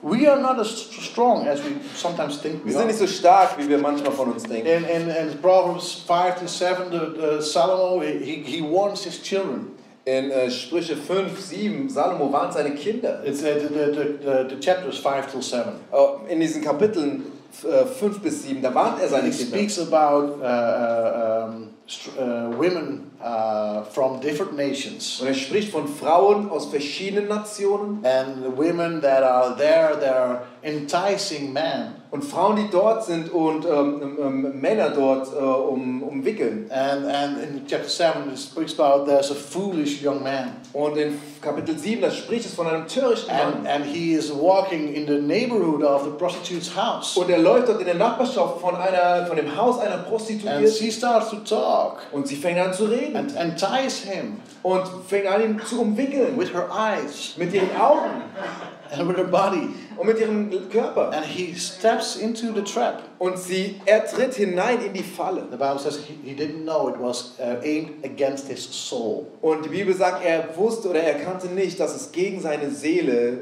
Speaker 1: We are not as st- strong as we sometimes think we are.
Speaker 2: Wir sind nicht so stark, wie wir manchmal von uns denken.
Speaker 1: In, in, in Proverbs 5 to 7, the, the Solomon, he, he warns his children.
Speaker 2: In äh, Sprüche 5, 7, Salomo warnt seine Kinder. Äh,
Speaker 1: It's uh, the, the, the, the, the chapters 5 till 7.
Speaker 2: Oh, In diesen Kapiteln äh, 5 bis 7, da warnt er
Speaker 1: He
Speaker 2: seine Kinder.
Speaker 1: speaks about uh, uh, um, str- uh, women uh, from different nations.
Speaker 2: Und er spricht von Frauen aus verschiedenen Nationen
Speaker 1: And the women that are there, they are enticing men.
Speaker 2: und Frauen, die dort sind und ähm, ähm, ähm, Männer dort äh, um, umwickeln.
Speaker 1: And, and in chapter 7, it speaks about there's a foolish young man.
Speaker 2: Und in Kapitel 7, da spricht es von einem törichten
Speaker 1: And,
Speaker 2: Mann.
Speaker 1: and he is walking in the neighborhood of the prostitute's house.
Speaker 2: Und er läuft dort in der Nachbarschaft von, einer, von dem Haus einer
Speaker 1: And
Speaker 2: Prostituierten.
Speaker 1: she starts to talk
Speaker 2: Und sie fängt an zu reden
Speaker 1: and entice him
Speaker 2: und fängt an, ihn zu umwickeln.
Speaker 1: with her eyes
Speaker 2: Mit ihren Augen
Speaker 1: and with her body.
Speaker 2: und mit ihrem Körper.
Speaker 1: And he steps into the trap.
Speaker 2: Und sie, er tritt hinein in die Falle.
Speaker 1: The Bible says he, he didn't know it was uh, aimed against his soul.
Speaker 2: Und die Bibel sagt, er wusste oder er kannte nicht, dass es gegen seine Seele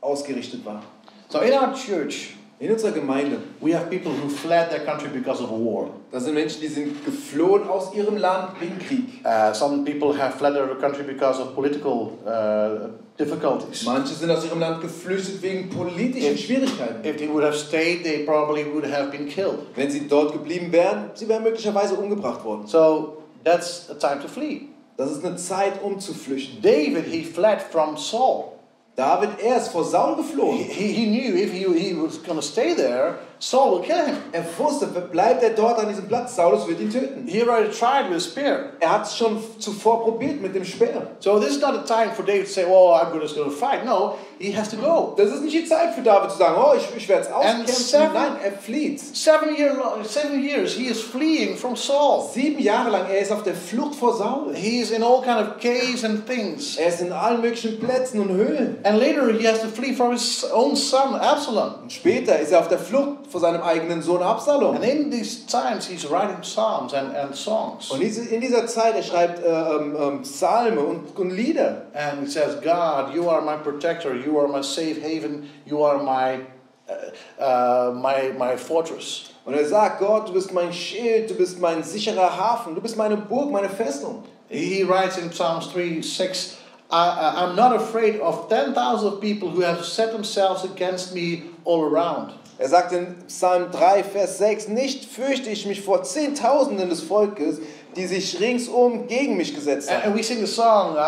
Speaker 2: ausgerichtet war.
Speaker 1: So in our church,
Speaker 2: In unserer Gemeinde,
Speaker 1: we have people who fled their country because of war.
Speaker 2: da sind Menschen, die sind geflohen aus ihrem Land wegen Krieg.
Speaker 1: Uh, some people have fled their country because of political uh, difficulties.
Speaker 2: Manche sind aus ihrem Land geflüchtet wegen politischen Schwierigkeiten.
Speaker 1: If they would have stayed, they probably would have been killed.
Speaker 2: Wenn sie dort geblieben wären, sie wären möglicherweise umgebracht worden.
Speaker 1: So That's a time to flee.
Speaker 2: Das ist eine Zeit, um zu flüchten.
Speaker 1: David, he fled from Saul.
Speaker 2: David, er ist vor Saul
Speaker 1: He,
Speaker 2: geflohen.
Speaker 1: he he knew if he, he was going to stay there, Saul would kill him.
Speaker 2: Er wusste, bleibt er dort an diesem Platz, Saulus wird ihn töten.
Speaker 1: He already tried with a spear.
Speaker 2: Er hat es schon zuvor probiert mit dem Speer.
Speaker 1: So this is not a time for David to say, well, I'm just going to fight. No, he has to go.
Speaker 2: Das ist nicht die Zeit für David zu sagen, oh, ich, ich werde es auskämpfen.
Speaker 1: seven-
Speaker 2: Nein, er flieht.
Speaker 1: Seven, year, lo- seven years he is fleeing from Saul.
Speaker 2: Sieben Jahre lang, er ist auf der Flucht vor Saul.
Speaker 1: He is in all kind of caves and things.
Speaker 2: Er ist in allen möglichen Plätzen und Höhlen.
Speaker 1: And later he has to flee from his own son, Absalom.
Speaker 2: Und später ist er auf der Flucht vor seinem eigenen Sohn Absalom.
Speaker 1: And in these times he's writing psalms and, and songs.
Speaker 2: Und diese, in dieser Zeit, er schreibt äh, ähm, ähm, Psalme und, und Lieder.
Speaker 1: And he says, God, you are my protector, you are my safe haven, you are my, uh, uh, my, my fortress.
Speaker 2: Und er sagt, Gott, du bist mein Schild, du bist mein sicherer Hafen, du bist meine Burg, meine Festung.
Speaker 1: He writes in Psalms 3 6, I, I, I'm not afraid of 10,000 people who have set themselves against me all around.
Speaker 2: Er sagt in Psalm 3, Vers 6, nicht fürchte ich mich vor Zehntausenden des Volkes, die sich ringsum gegen mich gesetzt
Speaker 1: And,
Speaker 2: haben.
Speaker 1: and we sing the song, I,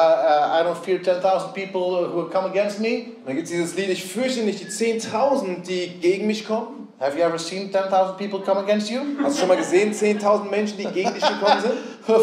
Speaker 1: I, I don't fear 10,000 people who have come against me.
Speaker 2: Und dann gibt es dieses Lied, ich fürchte nicht die Zehntausend, die gegen mich kommen.
Speaker 1: Have you ever seen 10,000 people come against you?
Speaker 2: Hast du schon mal gesehen, zehntausend Menschen, die gegen dich gekommen sind?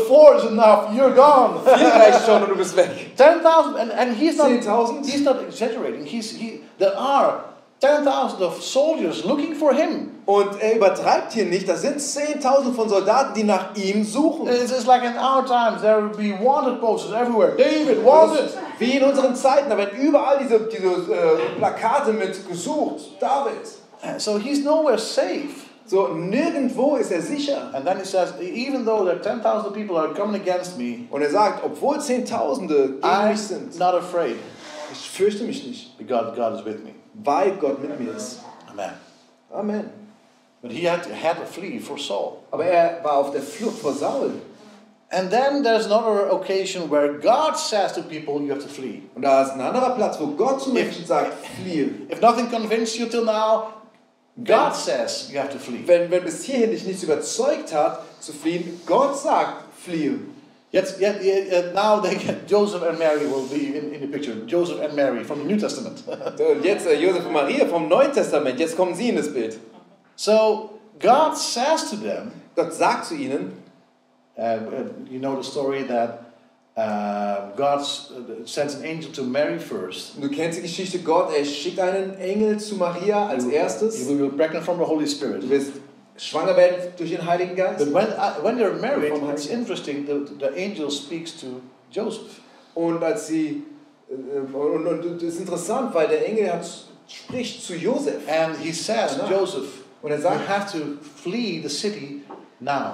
Speaker 1: Four is enough, you're gone.
Speaker 2: Vier reicht schon und du bist weg.
Speaker 1: 10,000, and, and he's not.
Speaker 2: 10.000?
Speaker 1: He's not exaggerating. He's, he, there are 10,000 of soldiers looking for him.
Speaker 2: Und er übertreibt hier nicht, das sind zehntausend von Soldaten, die nach ihm suchen.
Speaker 1: It's, it's like in our times, there will be wanted posters everywhere. David,
Speaker 2: Das
Speaker 1: wanted!
Speaker 2: ist Wie in unseren Zeiten, da werden überall diese, diese äh, Plakate mit gesucht. David.
Speaker 1: So he's nowhere safe.
Speaker 2: So, nirgendwo ist er sicher.
Speaker 1: And then he says, "E, even though there are 10,000 people are coming against me,
Speaker 2: Und er sagt, obwohl Zehntausende gegen
Speaker 1: I'm
Speaker 2: mich sind,
Speaker 1: not afraid
Speaker 2: ich fürchte mich nicht,
Speaker 1: because God is with me.
Speaker 2: weil Gott mit mir ist.
Speaker 1: Amen.
Speaker 2: Amen.
Speaker 1: But he had to, had to flee for Saul.
Speaker 2: Aber er war auf der Flucht vor Saul.
Speaker 1: And then there's another occasion where God says to people, you have to flee.
Speaker 2: Und da ist ein anderer Platz, wo Gott zu Menschen sagt, fliehe.
Speaker 1: If nothing convinced you till now, God says you have to flee.
Speaker 2: Wenn, wenn bis hierhin dich nichts überzeugt hat, zu fliehen, Gott sagt, fliehe.
Speaker 1: Yet, yet, yet now they get Joseph and Mary will be in, in the picture. Joseph and Mary from the New Testament.
Speaker 2: Und jetzt äh, Josef und Maria vom Neuen Testament, jetzt kommen sie in das Bild.
Speaker 1: so God says to them,
Speaker 2: Gott sagt zu ihnen,
Speaker 1: uh, uh, you know the story that uh, God s- uh, sends an angel to Mary first.
Speaker 2: Du kennst die Geschichte, Gott, er schickt einen Engel zu Maria als
Speaker 1: You
Speaker 2: erstes.
Speaker 1: will be pregnant from the Holy
Speaker 2: Du
Speaker 1: Spirit.
Speaker 2: wirst schwanger werden durch den Heiligen Geist.
Speaker 1: But when, uh, when they're married,
Speaker 2: From her.
Speaker 1: it's interesting, the, the angel speaks to Joseph.
Speaker 2: Und als sie äh, und, und, und das ist interessant, weil der Engel hat, spricht zu Josef
Speaker 1: And he says,
Speaker 2: Yeah.
Speaker 1: Joseph,
Speaker 2: und er
Speaker 1: you
Speaker 2: sagt,
Speaker 1: have to flee the city now.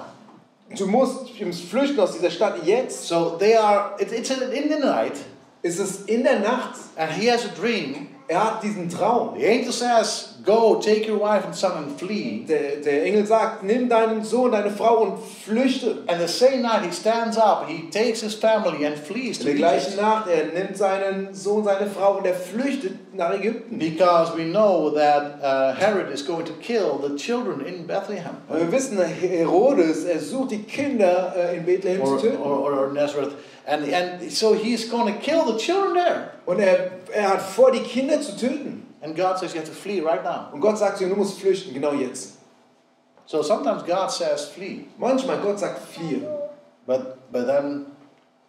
Speaker 2: du musst ums flüchten aus dieser Stadt jetzt.
Speaker 1: So they are, it, it's in, in the night,
Speaker 2: Es ist in der Nacht.
Speaker 1: and he has a dream.
Speaker 2: Er hat diesen Traum.
Speaker 1: The angel says, Go, take your wife and son and flee.
Speaker 2: Der, der Engel sagt, nimm deinen Sohn, deine Frau und flüchte.
Speaker 1: And the same night he stands up, he takes his family and flees
Speaker 2: In
Speaker 1: to
Speaker 2: der
Speaker 1: Egypt.
Speaker 2: gleichen Nacht, er nimmt seinen Sohn, seine Frau und er flüchtet nach Ägypten.
Speaker 1: Because we know that uh, Herod is going to kill the children in Bethlehem
Speaker 2: Und wir wissen, Herodes, er sucht die Kinder äh, in Bethlehem
Speaker 1: or,
Speaker 2: zu
Speaker 1: or,
Speaker 2: töten.
Speaker 1: or Nazareth. And, and so he's going to kill the children there.
Speaker 2: Und er, er hat vor, die Kinder zu töten.
Speaker 1: And God says, You have to flee right now.
Speaker 2: Und Gott sagt zu ihm, du musst flüchten, genau jetzt.
Speaker 1: So sometimes God says, Flee.
Speaker 2: Manchmal, Gott sagt, fliehe.
Speaker 1: But, but then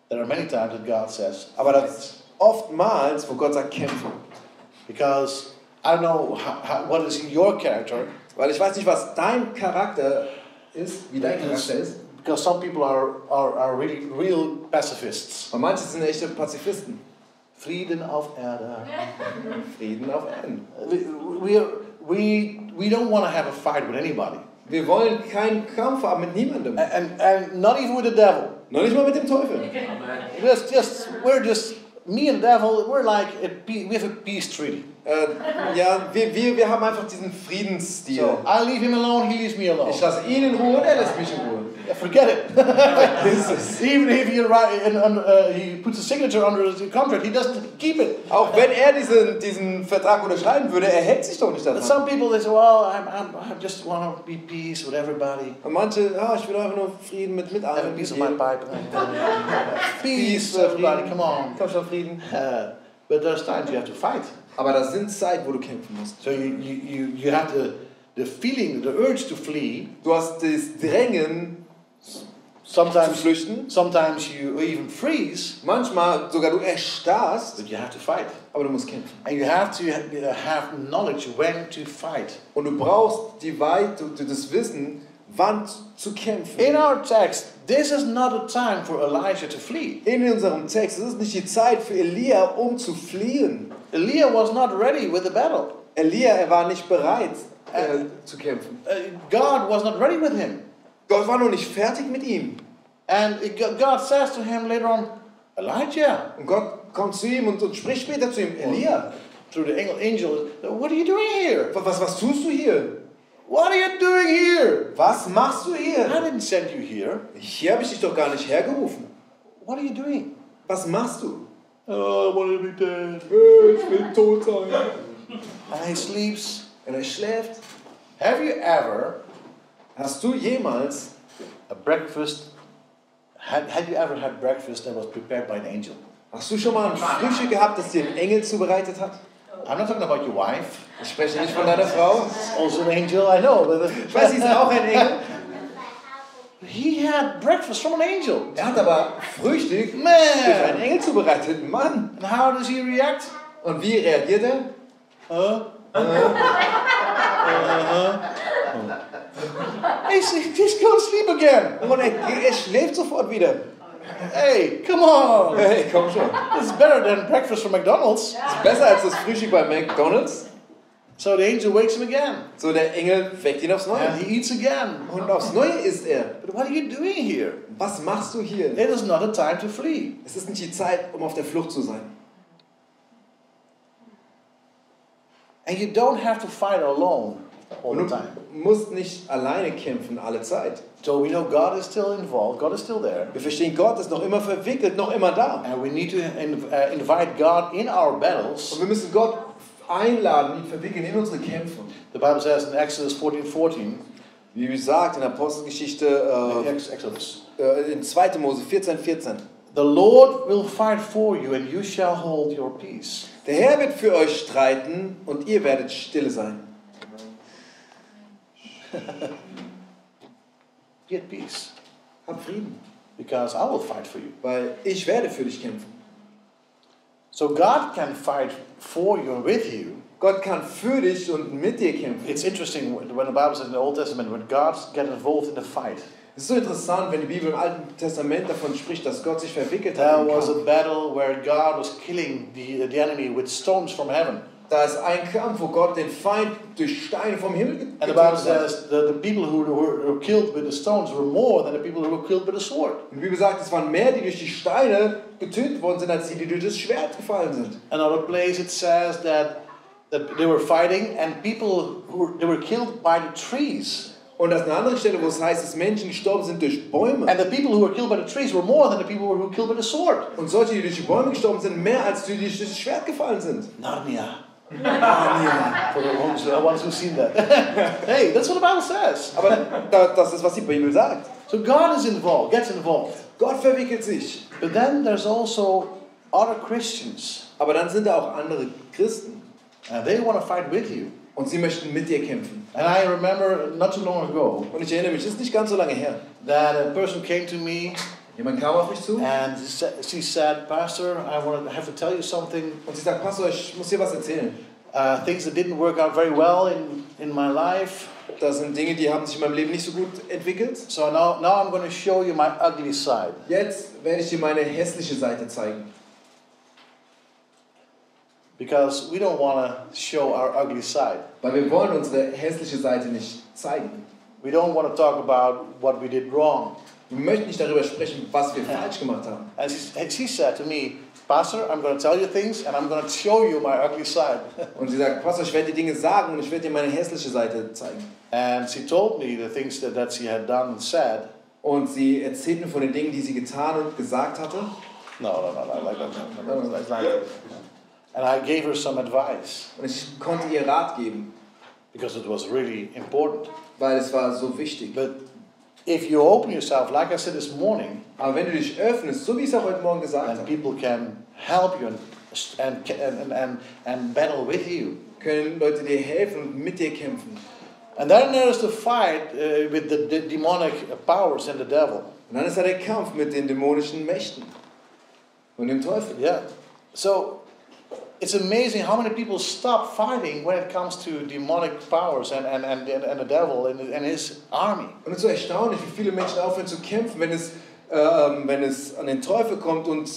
Speaker 1: there are many times that God says,
Speaker 2: Aber das ist oftmals, wo Gott sagt, kämpfe.
Speaker 1: Because I don't know how, how, what is in your character.
Speaker 2: Weil ich weiß nicht, was dein Charakter ist, wie dein Charakter ist.
Speaker 1: Because some people are, are, are really real pacifists.
Speaker 2: Und manche sind echte Pazifisten.
Speaker 1: Frieden auf Erde.
Speaker 2: Frieden auf Erden.
Speaker 1: We, we, are- we, we don't want to have a fight with anybody.
Speaker 2: Wir wollen keinen Kampf haben mit niemandem.
Speaker 1: And, and not even with the devil.
Speaker 2: Noch nicht mal mit dem Teufel.
Speaker 1: We're just, we're just, me and devil, we're like, a, pe- we have a peace treaty.
Speaker 2: Äh, ja, wir, wir, wir haben einfach diesen Friedensstil.
Speaker 1: So I leave him alone, he leaves me alone.
Speaker 2: Ich lasse ihn in Ruhe und er lässt mich in Ruhe.
Speaker 1: Forget it.
Speaker 2: Das ist,
Speaker 1: Even if he, write, and, and, uh, he puts a signature under the contract, he doesn't keep it.
Speaker 2: auch wenn er diesen, diesen Vertrag unterschreiben würde, er hält sich doch nicht
Speaker 1: But
Speaker 2: daran.
Speaker 1: some people they say, well, I'm, I'm, I just want to be peace with everybody.
Speaker 2: Und manche, ja, ich will einfach nur Frieden mit, mit
Speaker 1: I have
Speaker 2: allen.
Speaker 1: a piece of my pipe. uh, peace,
Speaker 2: Peace,
Speaker 1: everybody,
Speaker 2: Frieden.
Speaker 1: come on.
Speaker 2: Komm schon, Frieden.
Speaker 1: Uh, but there's times you have to fight.
Speaker 2: Aber das sind Zeit, wo du kämpfen musst.
Speaker 1: So you, you, you, you have the, the feeling, the urge to flee.
Speaker 2: Du hast das Drängen zu
Speaker 1: Sometimes,
Speaker 2: flüchten.
Speaker 1: sometimes you even freeze,
Speaker 2: Manchmal sogar du erstarrst,
Speaker 1: but you have to fight.
Speaker 2: aber du musst kämpfen.
Speaker 1: And you have to ha- have knowledge when to fight.
Speaker 2: Und du brauchst die Weit und das Wissen, wann zu kämpfen.
Speaker 1: In our text, this is not a time for Elijah to flee.
Speaker 2: In unserem Text, es ist nicht die Zeit für Elia, um zu fliehen.
Speaker 1: Elia was not ready with the battle.
Speaker 2: Elia, er war nicht bereit äh, zu kämpfen.
Speaker 1: Uh, God was not ready with him.
Speaker 2: Gott war noch nicht fertig mit ihm.
Speaker 1: And it- God says to him later on, Elijah,
Speaker 2: Und Gott kommt zu ihm und, und spricht später zu ihm, Elia,
Speaker 1: through the angel, angel, what are you doing here?
Speaker 2: wa- was, was tust du hier?
Speaker 1: What are you doing here?
Speaker 2: Was machst du
Speaker 1: I
Speaker 2: hier?
Speaker 1: didn't send you here.
Speaker 2: Hier habe ich dich doch gar nicht hergerufen.
Speaker 1: What are you doing?
Speaker 2: Was machst du?
Speaker 1: Oh, I want to be dead.
Speaker 2: Äh, Ich will tot sein.
Speaker 1: And he sleeps.
Speaker 2: Und er schläft.
Speaker 1: Have you ever
Speaker 2: Hast du jemals,
Speaker 1: a breakfast? Had, had you ever had breakfast that was prepared by an angel?
Speaker 2: hast du schon mal ein Frühstück gehabt, das dir ein Engel zubereitet hat?
Speaker 1: I'm not talking about your wife.
Speaker 2: Ich spreche nicht von deiner Frau.
Speaker 1: Also an angel, I know.
Speaker 2: Ich weiß, sie ist auch ein Engel.
Speaker 1: But he had breakfast from an angel.
Speaker 2: Er hat aber Frühstück durch einen
Speaker 1: Man!
Speaker 2: Engel zubereitet. Mann!
Speaker 1: And how does he react? Uh,
Speaker 2: Und wie reagiert er?
Speaker 1: Huh? Uh-huh. uh, He's, he's gonna sleep again.
Speaker 2: Und er, er schläft sofort wieder.
Speaker 1: Hey, come on.
Speaker 2: Hey, komm schon.
Speaker 1: It's better than breakfast from McDonald's.
Speaker 2: Ist besser als das Frühstück bei McDonalds.
Speaker 1: So the angel wakes him again.
Speaker 2: So, der Engel weckt ihn aufs Neue.
Speaker 1: And he eats again.
Speaker 2: Und aufs Neue isst er.
Speaker 1: But what are you doing here?
Speaker 2: Was machst du hier?
Speaker 1: It is not a time to flee.
Speaker 2: Es ist nicht die Zeit, um auf der Flucht zu sein.
Speaker 1: And you don't have to fight alone all
Speaker 2: Und
Speaker 1: the
Speaker 2: du
Speaker 1: time.
Speaker 2: musst nicht alleine kämpfen, alle Zeit.
Speaker 1: So we know God is still involved, God is still there.
Speaker 2: Wir verstehen, Gott ist noch immer verwickelt, noch immer da.
Speaker 1: And we need to in, uh, invite God in our
Speaker 2: Und
Speaker 1: battles.
Speaker 2: wir müssen Gott einladen, ihn verwickeln in unsere Kämpfe.
Speaker 1: The Bible says in Exodus 14 14,
Speaker 2: Wie gesagt, in Apostelgeschichte äh,
Speaker 1: Ex- Exodus.
Speaker 2: Äh, in 2. Mose 14, 14.
Speaker 1: The Lord will fight for you, and you shall hold your peace.
Speaker 2: Der Herr wird für euch streiten und ihr werdet stille sein.
Speaker 1: Be at peace,
Speaker 2: Hab Frieden,
Speaker 1: because I will fight for you.
Speaker 2: weil ich werde für dich kämpfen.
Speaker 1: So God can fight for you and with you.
Speaker 2: Gott kann für dich und mit dir kämpfen.
Speaker 1: It's interesting when when the Bible says in the Old Testament, when God gets involved in the fight,
Speaker 2: Es ist so interessant, wenn die Bibel im Alten Testament davon spricht, dass Gott sich verwickelt hat.
Speaker 1: there
Speaker 2: im
Speaker 1: was
Speaker 2: Kampf.
Speaker 1: a battle where God was killing the, the enemy with stones from heaven.
Speaker 2: Da ist ein Kampf, wo Gott den Feind durch Steine vom Himmel ge-
Speaker 1: And the Bible
Speaker 2: getötet hat.
Speaker 1: says the, the people who were, were killed with the stones were more than the people who were killed with the sword.
Speaker 2: Und die Bibel sagt, es waren mehr, die durch die Steine getötet worden sind, als die, die durch das Schwert gefallen sind.
Speaker 1: Another place it says that, that they were fighting and people who were, they were killed by the trees.
Speaker 2: Und das ist eine andere Stelle, wo es heißt, dass Menschen gestorben sind durch Bäume.
Speaker 1: And the people who were killed by the trees were more than the people who were killed by the sword.
Speaker 2: Und solche, die durch die Bäume gestorben sind, mehr als die, die durch das Schwert gefallen sind.
Speaker 1: Narnia.
Speaker 2: Narnia.
Speaker 1: For the ones, the ones who've seen that. hey, that's what the Bible says.
Speaker 2: Aber da, das ist, was die Bibel sagt.
Speaker 1: So God is involved, gets involved.
Speaker 2: Gott verwickelt sich.
Speaker 1: But then there's also other Christians.
Speaker 2: Aber dann sind da auch andere Christen.
Speaker 1: And they want to fight with you.
Speaker 2: Und sie möchten mit dir kämpfen.
Speaker 1: And I remember not too long ago
Speaker 2: Und ich erinnere mich, das ist nicht ganz so lange her.
Speaker 1: that a person came to me
Speaker 2: Jemand kam auf mich zu
Speaker 1: and sa- she said, Pastor, I want to have to tell you something.
Speaker 2: und sie sagt, Pastor, ich muss dir was erzählen.
Speaker 1: Uh, things that didn't work out very well in, in my life.
Speaker 2: Das sind Dinge, die haben sich in meinem Leben nicht so gut entwickelt.
Speaker 1: So now, now I'm going to show you my ugly side.
Speaker 2: Jetzt werde ich dir meine hässliche Seite zeigen.
Speaker 1: Because we don't want to show our ugly side.
Speaker 2: Weil wir wollen unsere hässliche Seite nicht zeigen.
Speaker 1: We don't want to talk about what we did wrong.
Speaker 2: Wir möchten nicht darüber sprechen, was wir falsch gemacht haben.
Speaker 1: And she, and she said to me, Pastor, I'm going to tell you things and I'm going to show you my ugly side.
Speaker 2: Und sie sagt, Pastor, ich werde dir Dinge sagen und ich werde dir meine hässliche Seite zeigen.
Speaker 1: And she told me the things that, that she had done and said.
Speaker 2: Und sie erzählt mir von den Dingen, die sie getan und gesagt hatte.
Speaker 1: No, no, no, no, like that. No, no, no, like that. And I gave her some advice
Speaker 2: Und ich konnte ihr Rat geben,
Speaker 1: because it was really important.
Speaker 2: weil es war so wichtig.
Speaker 1: But if you open yourself, like I said this morning,
Speaker 2: Aber wenn du dich öffnest, so wie ich es auch heute Morgen gesagt
Speaker 1: then
Speaker 2: habe,
Speaker 1: people can help you and, and, and, and, and battle with you.
Speaker 2: können Leute dir helfen und mit dir kämpfen.
Speaker 1: And then there's the fight uh, with the, the demonic powers and the devil.
Speaker 2: Und dann ist da der Kampf mit den dämonischen Mächten und dem Teufel.
Speaker 1: Yeah. So it's amazing how many people stop fighting when it comes to demonic powers and, and, and, and, and the devil and, and his army.
Speaker 2: Und es ist so erstaunlich, wie viele Menschen aufhören zu kämpfen, wenn es, ähm, wenn es an den Teufel kommt und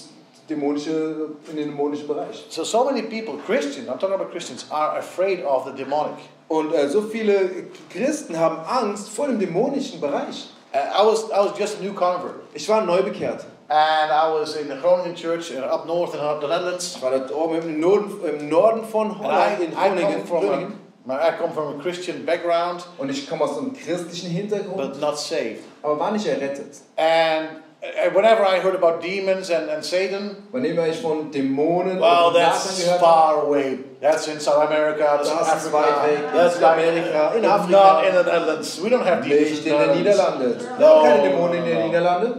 Speaker 2: dämonische, in den dämonischen Bereich.
Speaker 1: So, so many people, Christians, I'm talking about Christians, are afraid of the demonic.
Speaker 2: Und äh, so viele Christen haben Angst vor dem dämonischen Bereich.
Speaker 1: Uh, I, was, I was just a new convert.
Speaker 2: Ich war neu bekehrt.
Speaker 1: And I was in the Groningen church uh, up north in the Netherlands.
Speaker 2: Ich war dort oben im Norden, im Norden von
Speaker 1: And
Speaker 2: Holland, in
Speaker 1: I, I, come
Speaker 2: Groningen.
Speaker 1: from a,
Speaker 2: Groningen.
Speaker 1: my- I come from a Christian background,
Speaker 2: Und ich komme aus einem christlichen Hintergrund,
Speaker 1: but not saved.
Speaker 2: aber war nicht errettet.
Speaker 1: And uh, whenever I heard about demons and, and Satan,
Speaker 2: Wann immer ich von Dämonen
Speaker 1: well,
Speaker 2: und von
Speaker 1: that's
Speaker 2: Satan gehört habe,
Speaker 1: far away. That's in South America, that's in
Speaker 2: Das ist
Speaker 1: Africa,
Speaker 2: weit weg, in
Speaker 1: that's like-
Speaker 2: Südamerika, in Afrika.
Speaker 1: Not in the Netherlands. We don't have demons
Speaker 2: nicht in den
Speaker 1: Netherlands.
Speaker 2: Niederlanden.
Speaker 1: No,
Speaker 2: Da waren keine Dämonen in
Speaker 1: no,
Speaker 2: den
Speaker 1: no.
Speaker 2: Niederlanden.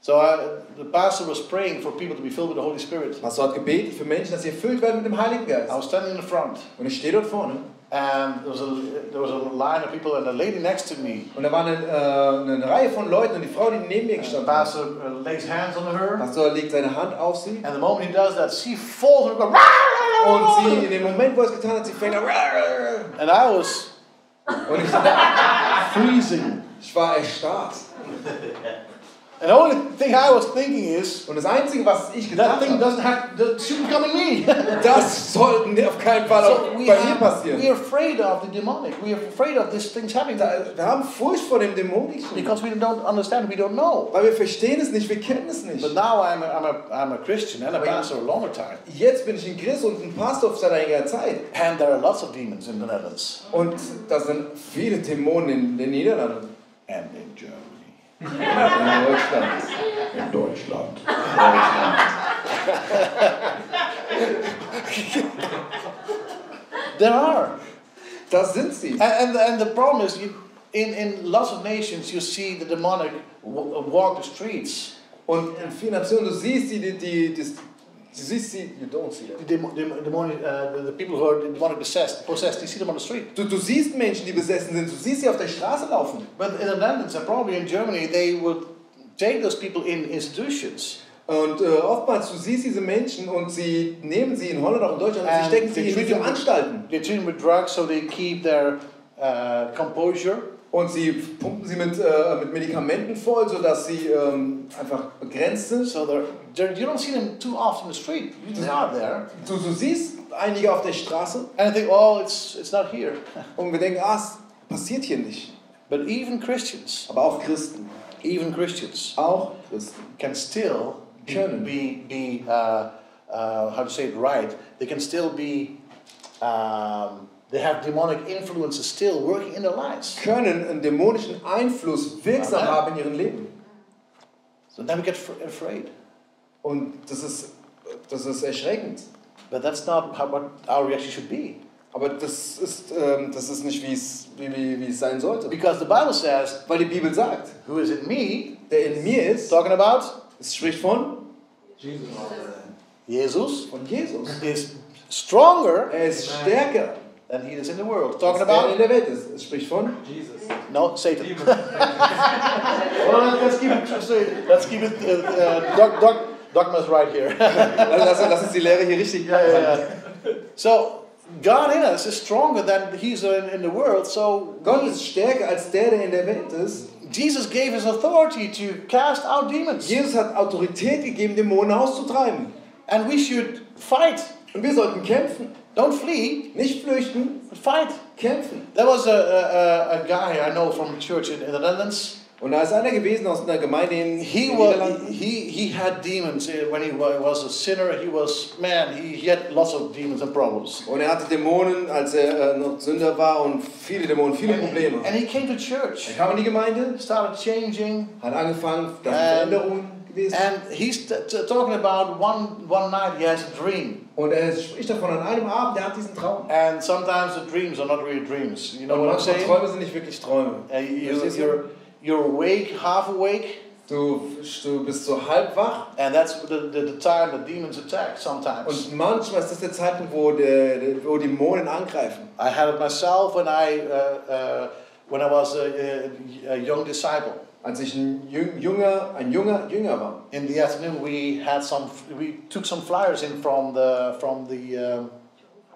Speaker 1: So I, the pastor was praying for people to be filled with the Holy Spirit.
Speaker 2: Hast du dort gebetet für Menschen, dass sie erfüllt werden mit dem Heiligen
Speaker 1: I
Speaker 2: Geist?
Speaker 1: was standing in the front,
Speaker 2: Und ich stehe dort vorne
Speaker 1: and there was a there was a line of people, and a lady next to me.
Speaker 2: und da war eine, äh, eine Reihe von Leuten und die Frau, die neben mir
Speaker 1: The
Speaker 2: gestanden war.
Speaker 1: pastor uh, lays hands on her,
Speaker 2: Pastor legt seine Hand auf sie
Speaker 1: and the moment he does that, she falls and goes. "Rah, rah, rah,
Speaker 2: und
Speaker 1: rah,
Speaker 2: sie, in dem Moment, wo er es getan hat, sie fängt an.
Speaker 1: rah." And I was
Speaker 2: Und ich, stand-
Speaker 1: freezing.
Speaker 2: ich war erstarrt.
Speaker 1: And the only thing I was thinking is
Speaker 2: Und das Einzige, was ich
Speaker 1: that
Speaker 2: gedacht
Speaker 1: thing
Speaker 2: habe,
Speaker 1: doesn't have that shouldn't come in me.
Speaker 2: das sollte auf keinen Fall auch
Speaker 1: so
Speaker 2: bei
Speaker 1: we
Speaker 2: mir
Speaker 1: have,
Speaker 2: passieren.
Speaker 1: we're afraid of the demonic. We're afraid of these things happening
Speaker 2: Da, wir haben Furcht vor dem Dämonischen,
Speaker 1: because we don't understand. We don't know.
Speaker 2: weil wir verstehen es nicht, wir kennen es nicht.
Speaker 1: But now I'm a, I'm a, I'm a Christian and a
Speaker 2: But you-
Speaker 1: pastor a longer time.
Speaker 2: Jetzt bin ich ein Christ und ein Pastor seit einiger Zeit.
Speaker 1: And there are lots of demons in the Netherlands
Speaker 2: Und da sind viele Dämonen in den Niederlanden.
Speaker 1: and in Germany.
Speaker 2: In Deutschland.
Speaker 1: In Deutschland. there are.
Speaker 2: Das sind sie.
Speaker 1: And, and, and the problem is, you, in, in lots of nations, you see the demonic w- walk the streets.
Speaker 2: Und in vielen Nationen, du siehst die, die, die, das- du siehst sie, you don't see them.
Speaker 1: The, dem- dem- demonic, uh, the, the people who are demonic possessed, possessed, you see them on the street.
Speaker 2: Du, du siehst Menschen, die besessen sind, du siehst sie auf der Straße laufen.
Speaker 1: But in the Netherlands and probably in Germany, they would take those people in institutions.
Speaker 2: Und äh, oftmals, du siehst diese Menschen und sie nehmen sie in Holland, auch in Deutschland, und
Speaker 1: Ähm,
Speaker 2: sie stecken sie
Speaker 1: die
Speaker 2: in diese
Speaker 1: Tüte-
Speaker 2: Anstalten.
Speaker 1: They treat them with drugs so they keep their uh, composure.
Speaker 2: Und sie pumpen sie mit, äh, mit Medikamenten voll, sodass sie ähm, einfach begrenzt sind.
Speaker 1: So they're, they're, you don't see them too often in the street. They are there.
Speaker 2: Du, du siehst einige auf der Straße
Speaker 1: And I think, oh, it's, it's not here.
Speaker 2: und wir denken, ah, es passiert hier nicht.
Speaker 1: But even Christians,
Speaker 2: Aber auch Christen.
Speaker 1: even Christians,
Speaker 2: Auch Christen.
Speaker 1: can still be,
Speaker 2: Können.
Speaker 1: be, be uh, uh, how to say it right, they can still be, um, they have demonic influences still working in their lives.
Speaker 2: können einen dämonischen Einfluss wirksam
Speaker 1: Amen.
Speaker 2: haben in ihrem Leben.
Speaker 1: So then we get fr- afraid.
Speaker 2: Und das ist, das ist erschreckend.
Speaker 1: But that's not how, what our reaction should be.
Speaker 2: Aber das ist, ähm, das ist nicht, wie es, wie, wie, wie es sein sollte.
Speaker 1: Because the Bible says,
Speaker 2: Weil die Bibel sagt,
Speaker 1: who is in me,
Speaker 2: der in mir ist,
Speaker 1: talking about
Speaker 2: es spricht von,
Speaker 1: Jesus,
Speaker 2: von Jesus.
Speaker 1: is stronger
Speaker 2: Er ist stärker,
Speaker 1: than he is in the world. Talking
Speaker 2: als der in
Speaker 1: about,
Speaker 2: der Welt ist. Es spricht von,
Speaker 3: Jesus.
Speaker 1: no, Satan. Well, let's keep it, so let's keep it, uh, uh, dog, dog, dogmas right here.
Speaker 2: also lass, lass uns die Lehre hier richtig
Speaker 1: so, God in us is stronger than he's in, in the world, so
Speaker 2: Gott ist stärker als der, der in der Welt ist.
Speaker 1: Jesus gave us authority to cast out demons.
Speaker 2: Jesus hat Autorität gegeben, Dämonen auszutreiben.
Speaker 1: And we should fight.
Speaker 2: Und wir sollten kämpfen.
Speaker 1: Don't flee,
Speaker 2: Nicht flüchten,
Speaker 1: but fight.
Speaker 2: kämpfen.
Speaker 1: There was a, a, a- a guy I know from a church in, in the Netherlands.
Speaker 2: Und Und da ist einer gewesen aus einer Gemeinde in
Speaker 1: He
Speaker 2: den
Speaker 1: was
Speaker 2: Niederlanden.
Speaker 1: he, he had demons eh, when he wa- was a sinner. He was man. He, he had lots of demons and problems.
Speaker 2: Und er hatte Dämonen, als er äh, noch Sünder war und viele Dämonen, viele Probleme.
Speaker 1: And he came to
Speaker 2: Er
Speaker 1: church,
Speaker 2: kam in die Gemeinde,
Speaker 1: started changing,
Speaker 2: hat angefangen, da sind
Speaker 1: Ähm,
Speaker 2: Veränderungen gewesen.
Speaker 1: and he's t- t- talking about one one night he has a dream,
Speaker 2: Und er spricht davon, an einem Abend, er hat diesen Traum.
Speaker 1: and sometimes the dreams are not really dreams. You know
Speaker 2: Und
Speaker 1: what I'm
Speaker 2: manchmal
Speaker 1: saying?
Speaker 2: Träume sind nicht wirklich Träume.
Speaker 1: Uh, you,
Speaker 2: Verstehst
Speaker 1: you're
Speaker 2: du?
Speaker 1: you're awake, half awake,
Speaker 2: Du, du bist so halb wach
Speaker 1: and that's the, the, the time the demons attack sometimes.
Speaker 2: und manchmal ist das der Zeitpunkt, wo, der, der- wo Dämonen angreifen.
Speaker 1: I had it myself when I uh, uh, when I was a, a, a young disciple.
Speaker 2: Als ich ein Jüng- junger, ein junger Jünger war,
Speaker 1: In the afternoon, we had some. We took some flyers in from the from the um,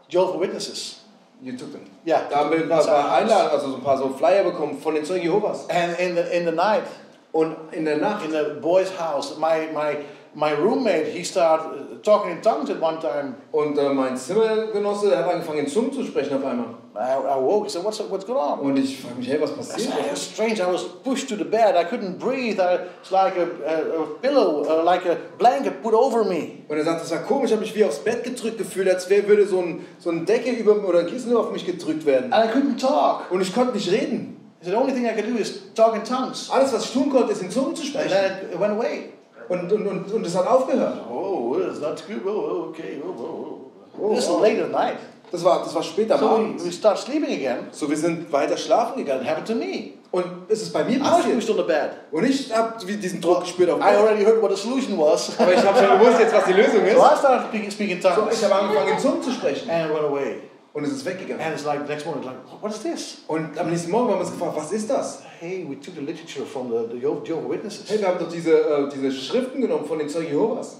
Speaker 1: Jehovah Witnesses.
Speaker 2: you took them.
Speaker 1: Yeah.
Speaker 2: Da haben wir ein paar, paar Einladungen, also so ein paar so Flyer bekommen von den Zeugen Jehovas.
Speaker 1: And in the in the night,
Speaker 2: Und in der Nacht,
Speaker 1: in the boys' house, my my my roommate he started uh, talking in tongues at one time.
Speaker 2: und äh, mein Zimmergenosse, der hat angefangen in Zungen zu sprechen auf einmal.
Speaker 1: I, I woke. He said, "What's what's going on?"
Speaker 2: Und ich frage mich, hey, was
Speaker 1: I said,
Speaker 2: passiert?
Speaker 1: "Oh, it's strange. I was pushed to the bed. I couldn't breathe. I, it's like a, a, a pillow, uh, like a blanket put over me.
Speaker 2: Und er sagt, das war komisch, ich habe mich wie aufs Bett gedrückt gefühlt, als wäre würde so ein, so ein Decke über oder ein Kissen über auf mich gedrückt werden.
Speaker 1: And I couldn't talk.
Speaker 2: Und ich konnte nicht reden.
Speaker 1: He said, the only thing I could do is talk in tongues.
Speaker 2: Alles, was ich tun konnte, ist in Zungen zu
Speaker 1: And
Speaker 2: sprechen.
Speaker 1: then it went away.
Speaker 2: Und, und, und, und es hat aufgehört.
Speaker 1: Oh, that's not good. Oh, okay. Oh, oh,
Speaker 2: Oh,
Speaker 1: this
Speaker 2: wow.
Speaker 1: is late at night.
Speaker 2: Das war, das war spät am
Speaker 1: So we, we
Speaker 2: Abend.
Speaker 1: start sleeping again.
Speaker 2: So, wir sind weiter schlafen
Speaker 1: It
Speaker 2: gegangen.
Speaker 1: happened to me.
Speaker 2: Und es ist bei mir
Speaker 1: I was
Speaker 2: passiert.
Speaker 1: pushed on the bed.
Speaker 2: Und ich habe diesen Druck gespürt auf
Speaker 1: I
Speaker 2: mich.
Speaker 1: already heard what the solution was.
Speaker 2: Aber ich habe schon gewusst, jetzt was die Lösung ist.
Speaker 1: So I started speaking, speaking
Speaker 2: So,
Speaker 1: tongues
Speaker 2: ich habe angefangen, in Zungen zu sprechen.
Speaker 1: and it went away.
Speaker 2: Und es ist weggegangen.
Speaker 1: And it's like the next morning, like, what is this?
Speaker 2: Und am nächsten Morgen haben wir uns gefragt, was ist das?
Speaker 1: Hey, we took the literature from the, the Jehovah Jehovah Witnesses
Speaker 2: Hey, wir haben doch diese, äh, diese Schriften genommen von den Zeugen Jehovas.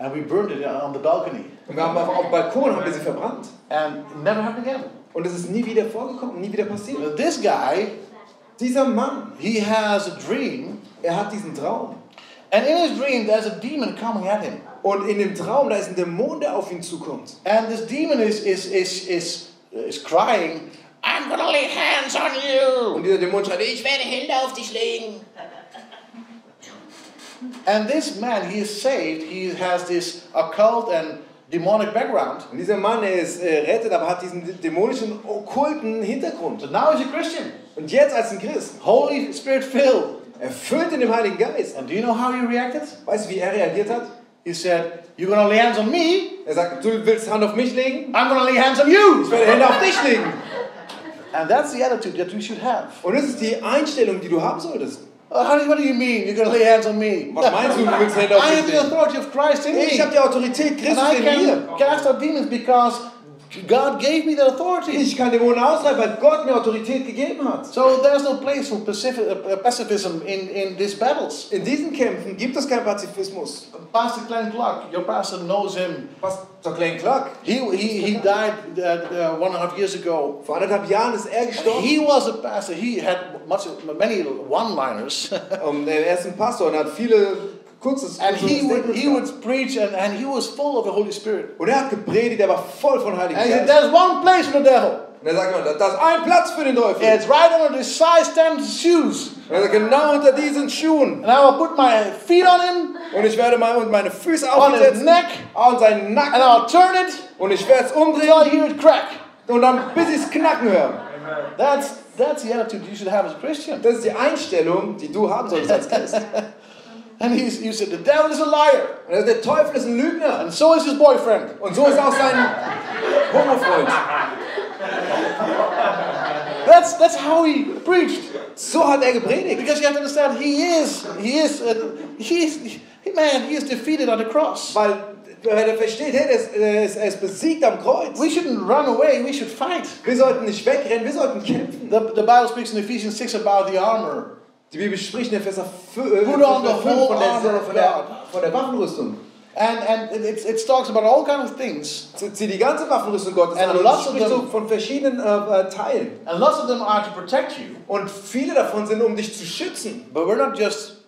Speaker 1: and we burned it on the balcony.
Speaker 2: Und wir haben auf, auf dem Balkon haben wir sie verbrannt.
Speaker 1: And it never happened again.
Speaker 2: Und es ist nie wieder vorgekommen, nie wieder passiert.
Speaker 1: But This guy,
Speaker 2: Dieser Mann,
Speaker 1: he has a dream,
Speaker 2: er hat diesen Traum.
Speaker 1: and in his dream, there's a demon coming at him.
Speaker 2: Und in dem Traum, da ist ein Dämon, der auf ihn zukommt.
Speaker 1: And this demon is is is is is crying, I'm gonna lay hands on you.
Speaker 2: Und dieser Dämon schreit, ich werde.
Speaker 1: And this man, he is saved. He has this occult and demonic background.
Speaker 2: Und dieser Mann, er ist äh, rettet, aber hat diesen dämonischen, okkulten Hintergrund.
Speaker 1: So now he's a Christian,
Speaker 2: Und jetzt als ein Christ,
Speaker 1: Holy Spirit filled.
Speaker 2: erfüllt in dem Heiligen Geist.
Speaker 1: And do you know how he reacted?
Speaker 2: Weißt du, wie er reagiert hat?
Speaker 1: He said, "You're gonna lay hands on me.
Speaker 2: Er sagt, du willst Hand auf mich legen?
Speaker 1: I'm gonna lay hands on
Speaker 2: Ich werde
Speaker 1: you."
Speaker 2: Hände auf dich legen.
Speaker 1: And that's the attitude that we should have.
Speaker 2: Und das ist die Einstellung, die du haben solltest.
Speaker 1: Oh, how do you- what do you mean? You're gonna lay hands on me?
Speaker 2: Was meinst du, du willst Hände auf
Speaker 1: I
Speaker 2: mich
Speaker 1: have the
Speaker 2: legen?
Speaker 1: authority of Christ in me.
Speaker 2: Ich habe die Autorität
Speaker 1: And
Speaker 2: Christus
Speaker 1: I
Speaker 2: in mir.
Speaker 1: can cast out demons because God gave me the authority.
Speaker 2: Ich kann Dämonen austreiben, weil Gott mir Autorität gegeben hat.
Speaker 1: So there's no place for pacifi- uh, pacifism in, in these battles.
Speaker 2: In diesen Kämpfen gibt es keinen Pazifismus.
Speaker 1: Pastor Glenn Clark, your pastor knows him.
Speaker 2: Pastor Glenn Clark,
Speaker 1: He, he, he died uh, uh, one and a half years ago.
Speaker 2: vor anderthalb Jahren ist er gestorben.
Speaker 1: He was a pastor. He had much, many one-liners,
Speaker 2: Um, er ist ein Pastor und hat viele kurzes
Speaker 1: and
Speaker 2: kurzes
Speaker 1: he would
Speaker 2: Statements
Speaker 1: he
Speaker 2: gemacht.
Speaker 1: would preach, and, and he was full of the Holy Spirit.
Speaker 2: Und er hat gepredigt, er war voll von Heiligen
Speaker 1: And he said,
Speaker 2: Geist.
Speaker 1: "There's one place for the devil.
Speaker 2: Und er sagt immer, da da ist ein Platz für den Teufel.
Speaker 1: It's right under the size ten shoes,
Speaker 2: Und er sagt, genau unter diesen Schuhen.
Speaker 1: and I will put my feet on him,
Speaker 2: Und ich werde mal und meine Füße
Speaker 1: on his
Speaker 2: aufsetzen
Speaker 1: neck,
Speaker 2: und seinen
Speaker 1: and
Speaker 2: Nacken.
Speaker 1: I'll turn it."
Speaker 2: Und ich werde es
Speaker 1: Till I
Speaker 2: umdrehen
Speaker 1: hear it crack.
Speaker 2: und dann bis ich es knacken höre.
Speaker 1: That's that's the attitude you should have as a Christian.
Speaker 2: Das ist die Einstellung, die du haben solltest als Christ.
Speaker 1: And he's, you said the devil is a liar,
Speaker 2: Und er sagt, der Teufel ist ein Lügner.
Speaker 1: and so is his boyfriend.
Speaker 2: Und so ist auch sein Homofreund.
Speaker 1: That's that's how he preached.
Speaker 2: So hat er gepredigt.
Speaker 1: Because you have to understand, he is he is uh, he is he, man he is defeated on the cross.
Speaker 2: Weil, weil er versteht, hey, er ist, er, ist, er ist besiegt am Kreuz.
Speaker 1: We shouldn't run away. We should fight.
Speaker 2: Wir sollten nicht wegrennen, wir sollten kämpfen.
Speaker 1: The, the Bible speaks in Ephesians six about the armor.
Speaker 2: Die Bibel spricht in Epheser 5
Speaker 1: Put on the
Speaker 2: von der,
Speaker 1: whole armor of
Speaker 2: von der,
Speaker 1: God.
Speaker 2: von der Waffenrüstung.
Speaker 1: And and it, it talks about all kind of things,
Speaker 2: Sie- Zieh die ganze Waffenrüstung Gottes
Speaker 1: And
Speaker 2: an und
Speaker 1: lots
Speaker 2: es
Speaker 1: of
Speaker 2: spricht so
Speaker 1: them-
Speaker 2: von verschiedenen äh, äh, Teilen.
Speaker 1: and lots of them are to protect you.
Speaker 2: Und viele davon sind, um dich zu schützen.
Speaker 1: But we're not just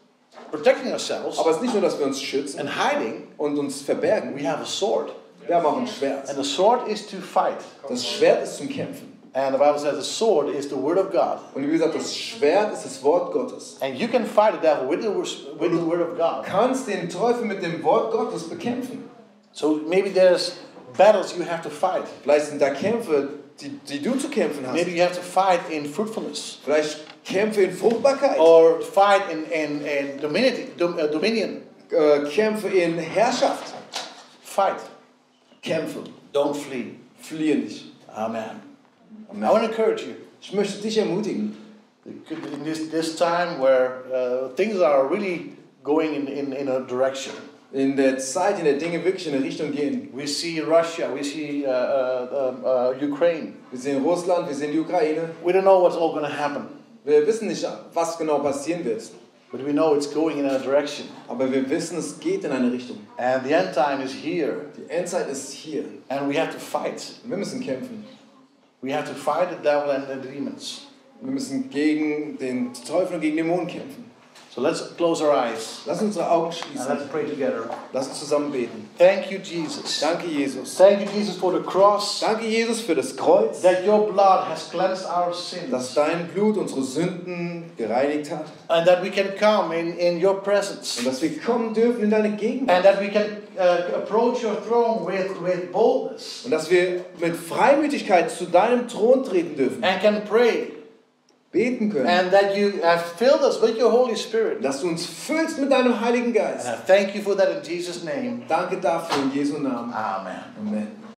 Speaker 1: protecting ourselves
Speaker 2: Aber es ist nicht nur, dass wir uns schützen
Speaker 1: and hiding.
Speaker 2: und uns verbergen.
Speaker 1: We have a sword.
Speaker 2: Wir haben auch ein Schwert.
Speaker 1: And the sword is to fight.
Speaker 2: Das Schwert ist zum Kämpfen.
Speaker 1: And the Bible says the sword is the word of God.
Speaker 2: Und wie gesagt, das Schwert ist das Wort Gottes.
Speaker 1: And you can fight the devil with the, wor- with the word of God.
Speaker 2: kannst den Teufel mit dem Wort Gottes bekämpfen.
Speaker 1: So maybe there's battles you have to fight.
Speaker 2: Vielleicht sind da Kämpfe, die, die du zu kämpfen hast.
Speaker 1: Maybe you have to fight in fruitfulness
Speaker 2: Vielleicht Kämpfe in Fruchtbarkeit,
Speaker 1: or fight in, in, in dominion, dom, uh, dominion.
Speaker 2: äh, Kämpfe in Herrschaft.
Speaker 1: Fight.
Speaker 2: Kämpfe.
Speaker 1: Don't flee.
Speaker 2: Fliehe nicht.
Speaker 1: Amen. I want to encourage you.
Speaker 2: Ich möchte dich ermutigen.
Speaker 1: It could be In this, this time where uh, things are really going in, in, in a direction.
Speaker 2: In der Zeit, in der Dinge wirklich in eine Richtung gehen.
Speaker 1: We see Russia, we see uh, uh, um, uh, Ukraine.
Speaker 2: Wir sehen Russland, wir sehen die Ukraine.
Speaker 1: We don't know what's all going to happen,
Speaker 2: Wir wissen nicht, was genau passieren wird.
Speaker 1: but we know it's going in a direction.
Speaker 2: Aber wir wissen, es geht in eine Richtung.
Speaker 1: And the end time is here,
Speaker 2: Die Endzeit ist hier.
Speaker 1: and we have to fight.
Speaker 2: Wir müssen kämpfen.
Speaker 1: We have to fight the devil and the demons.
Speaker 2: Wir müssen gegen den Teufel und gegen Dämonen kämpfen.
Speaker 1: So let's close our eyes
Speaker 2: Lass unsere Augen
Speaker 1: and
Speaker 2: schließen.
Speaker 1: let's pray together.
Speaker 2: Lass uns zusammen beten.
Speaker 1: Thank you, Jesus.
Speaker 2: Danke, Jesus.
Speaker 1: Thank you, Jesus, for the cross,
Speaker 2: Danke, Jesus, für das Kreuz,
Speaker 1: that your blood has cleansed our sins,
Speaker 2: dass dein Blut unsere Sünden gereinigt hat
Speaker 1: and that we can come in, in your presence.
Speaker 2: und dass wir kommen dürfen in deine Gegenwart
Speaker 1: and that we can uh, approach your throne with, with boldness
Speaker 2: und dass wir mit Freimütigkeit zu deinem Thron treten dürfen,
Speaker 1: and can pray,
Speaker 2: beten können,
Speaker 1: and that you have filled us with your Holy Spirit.
Speaker 2: dass du uns füllst mit deinem Heiligen
Speaker 1: And
Speaker 2: Geist.
Speaker 1: I thank you for that in Jesus' name.
Speaker 2: Danke dafür in Jesu Namen.
Speaker 1: Amen.
Speaker 2: Amen.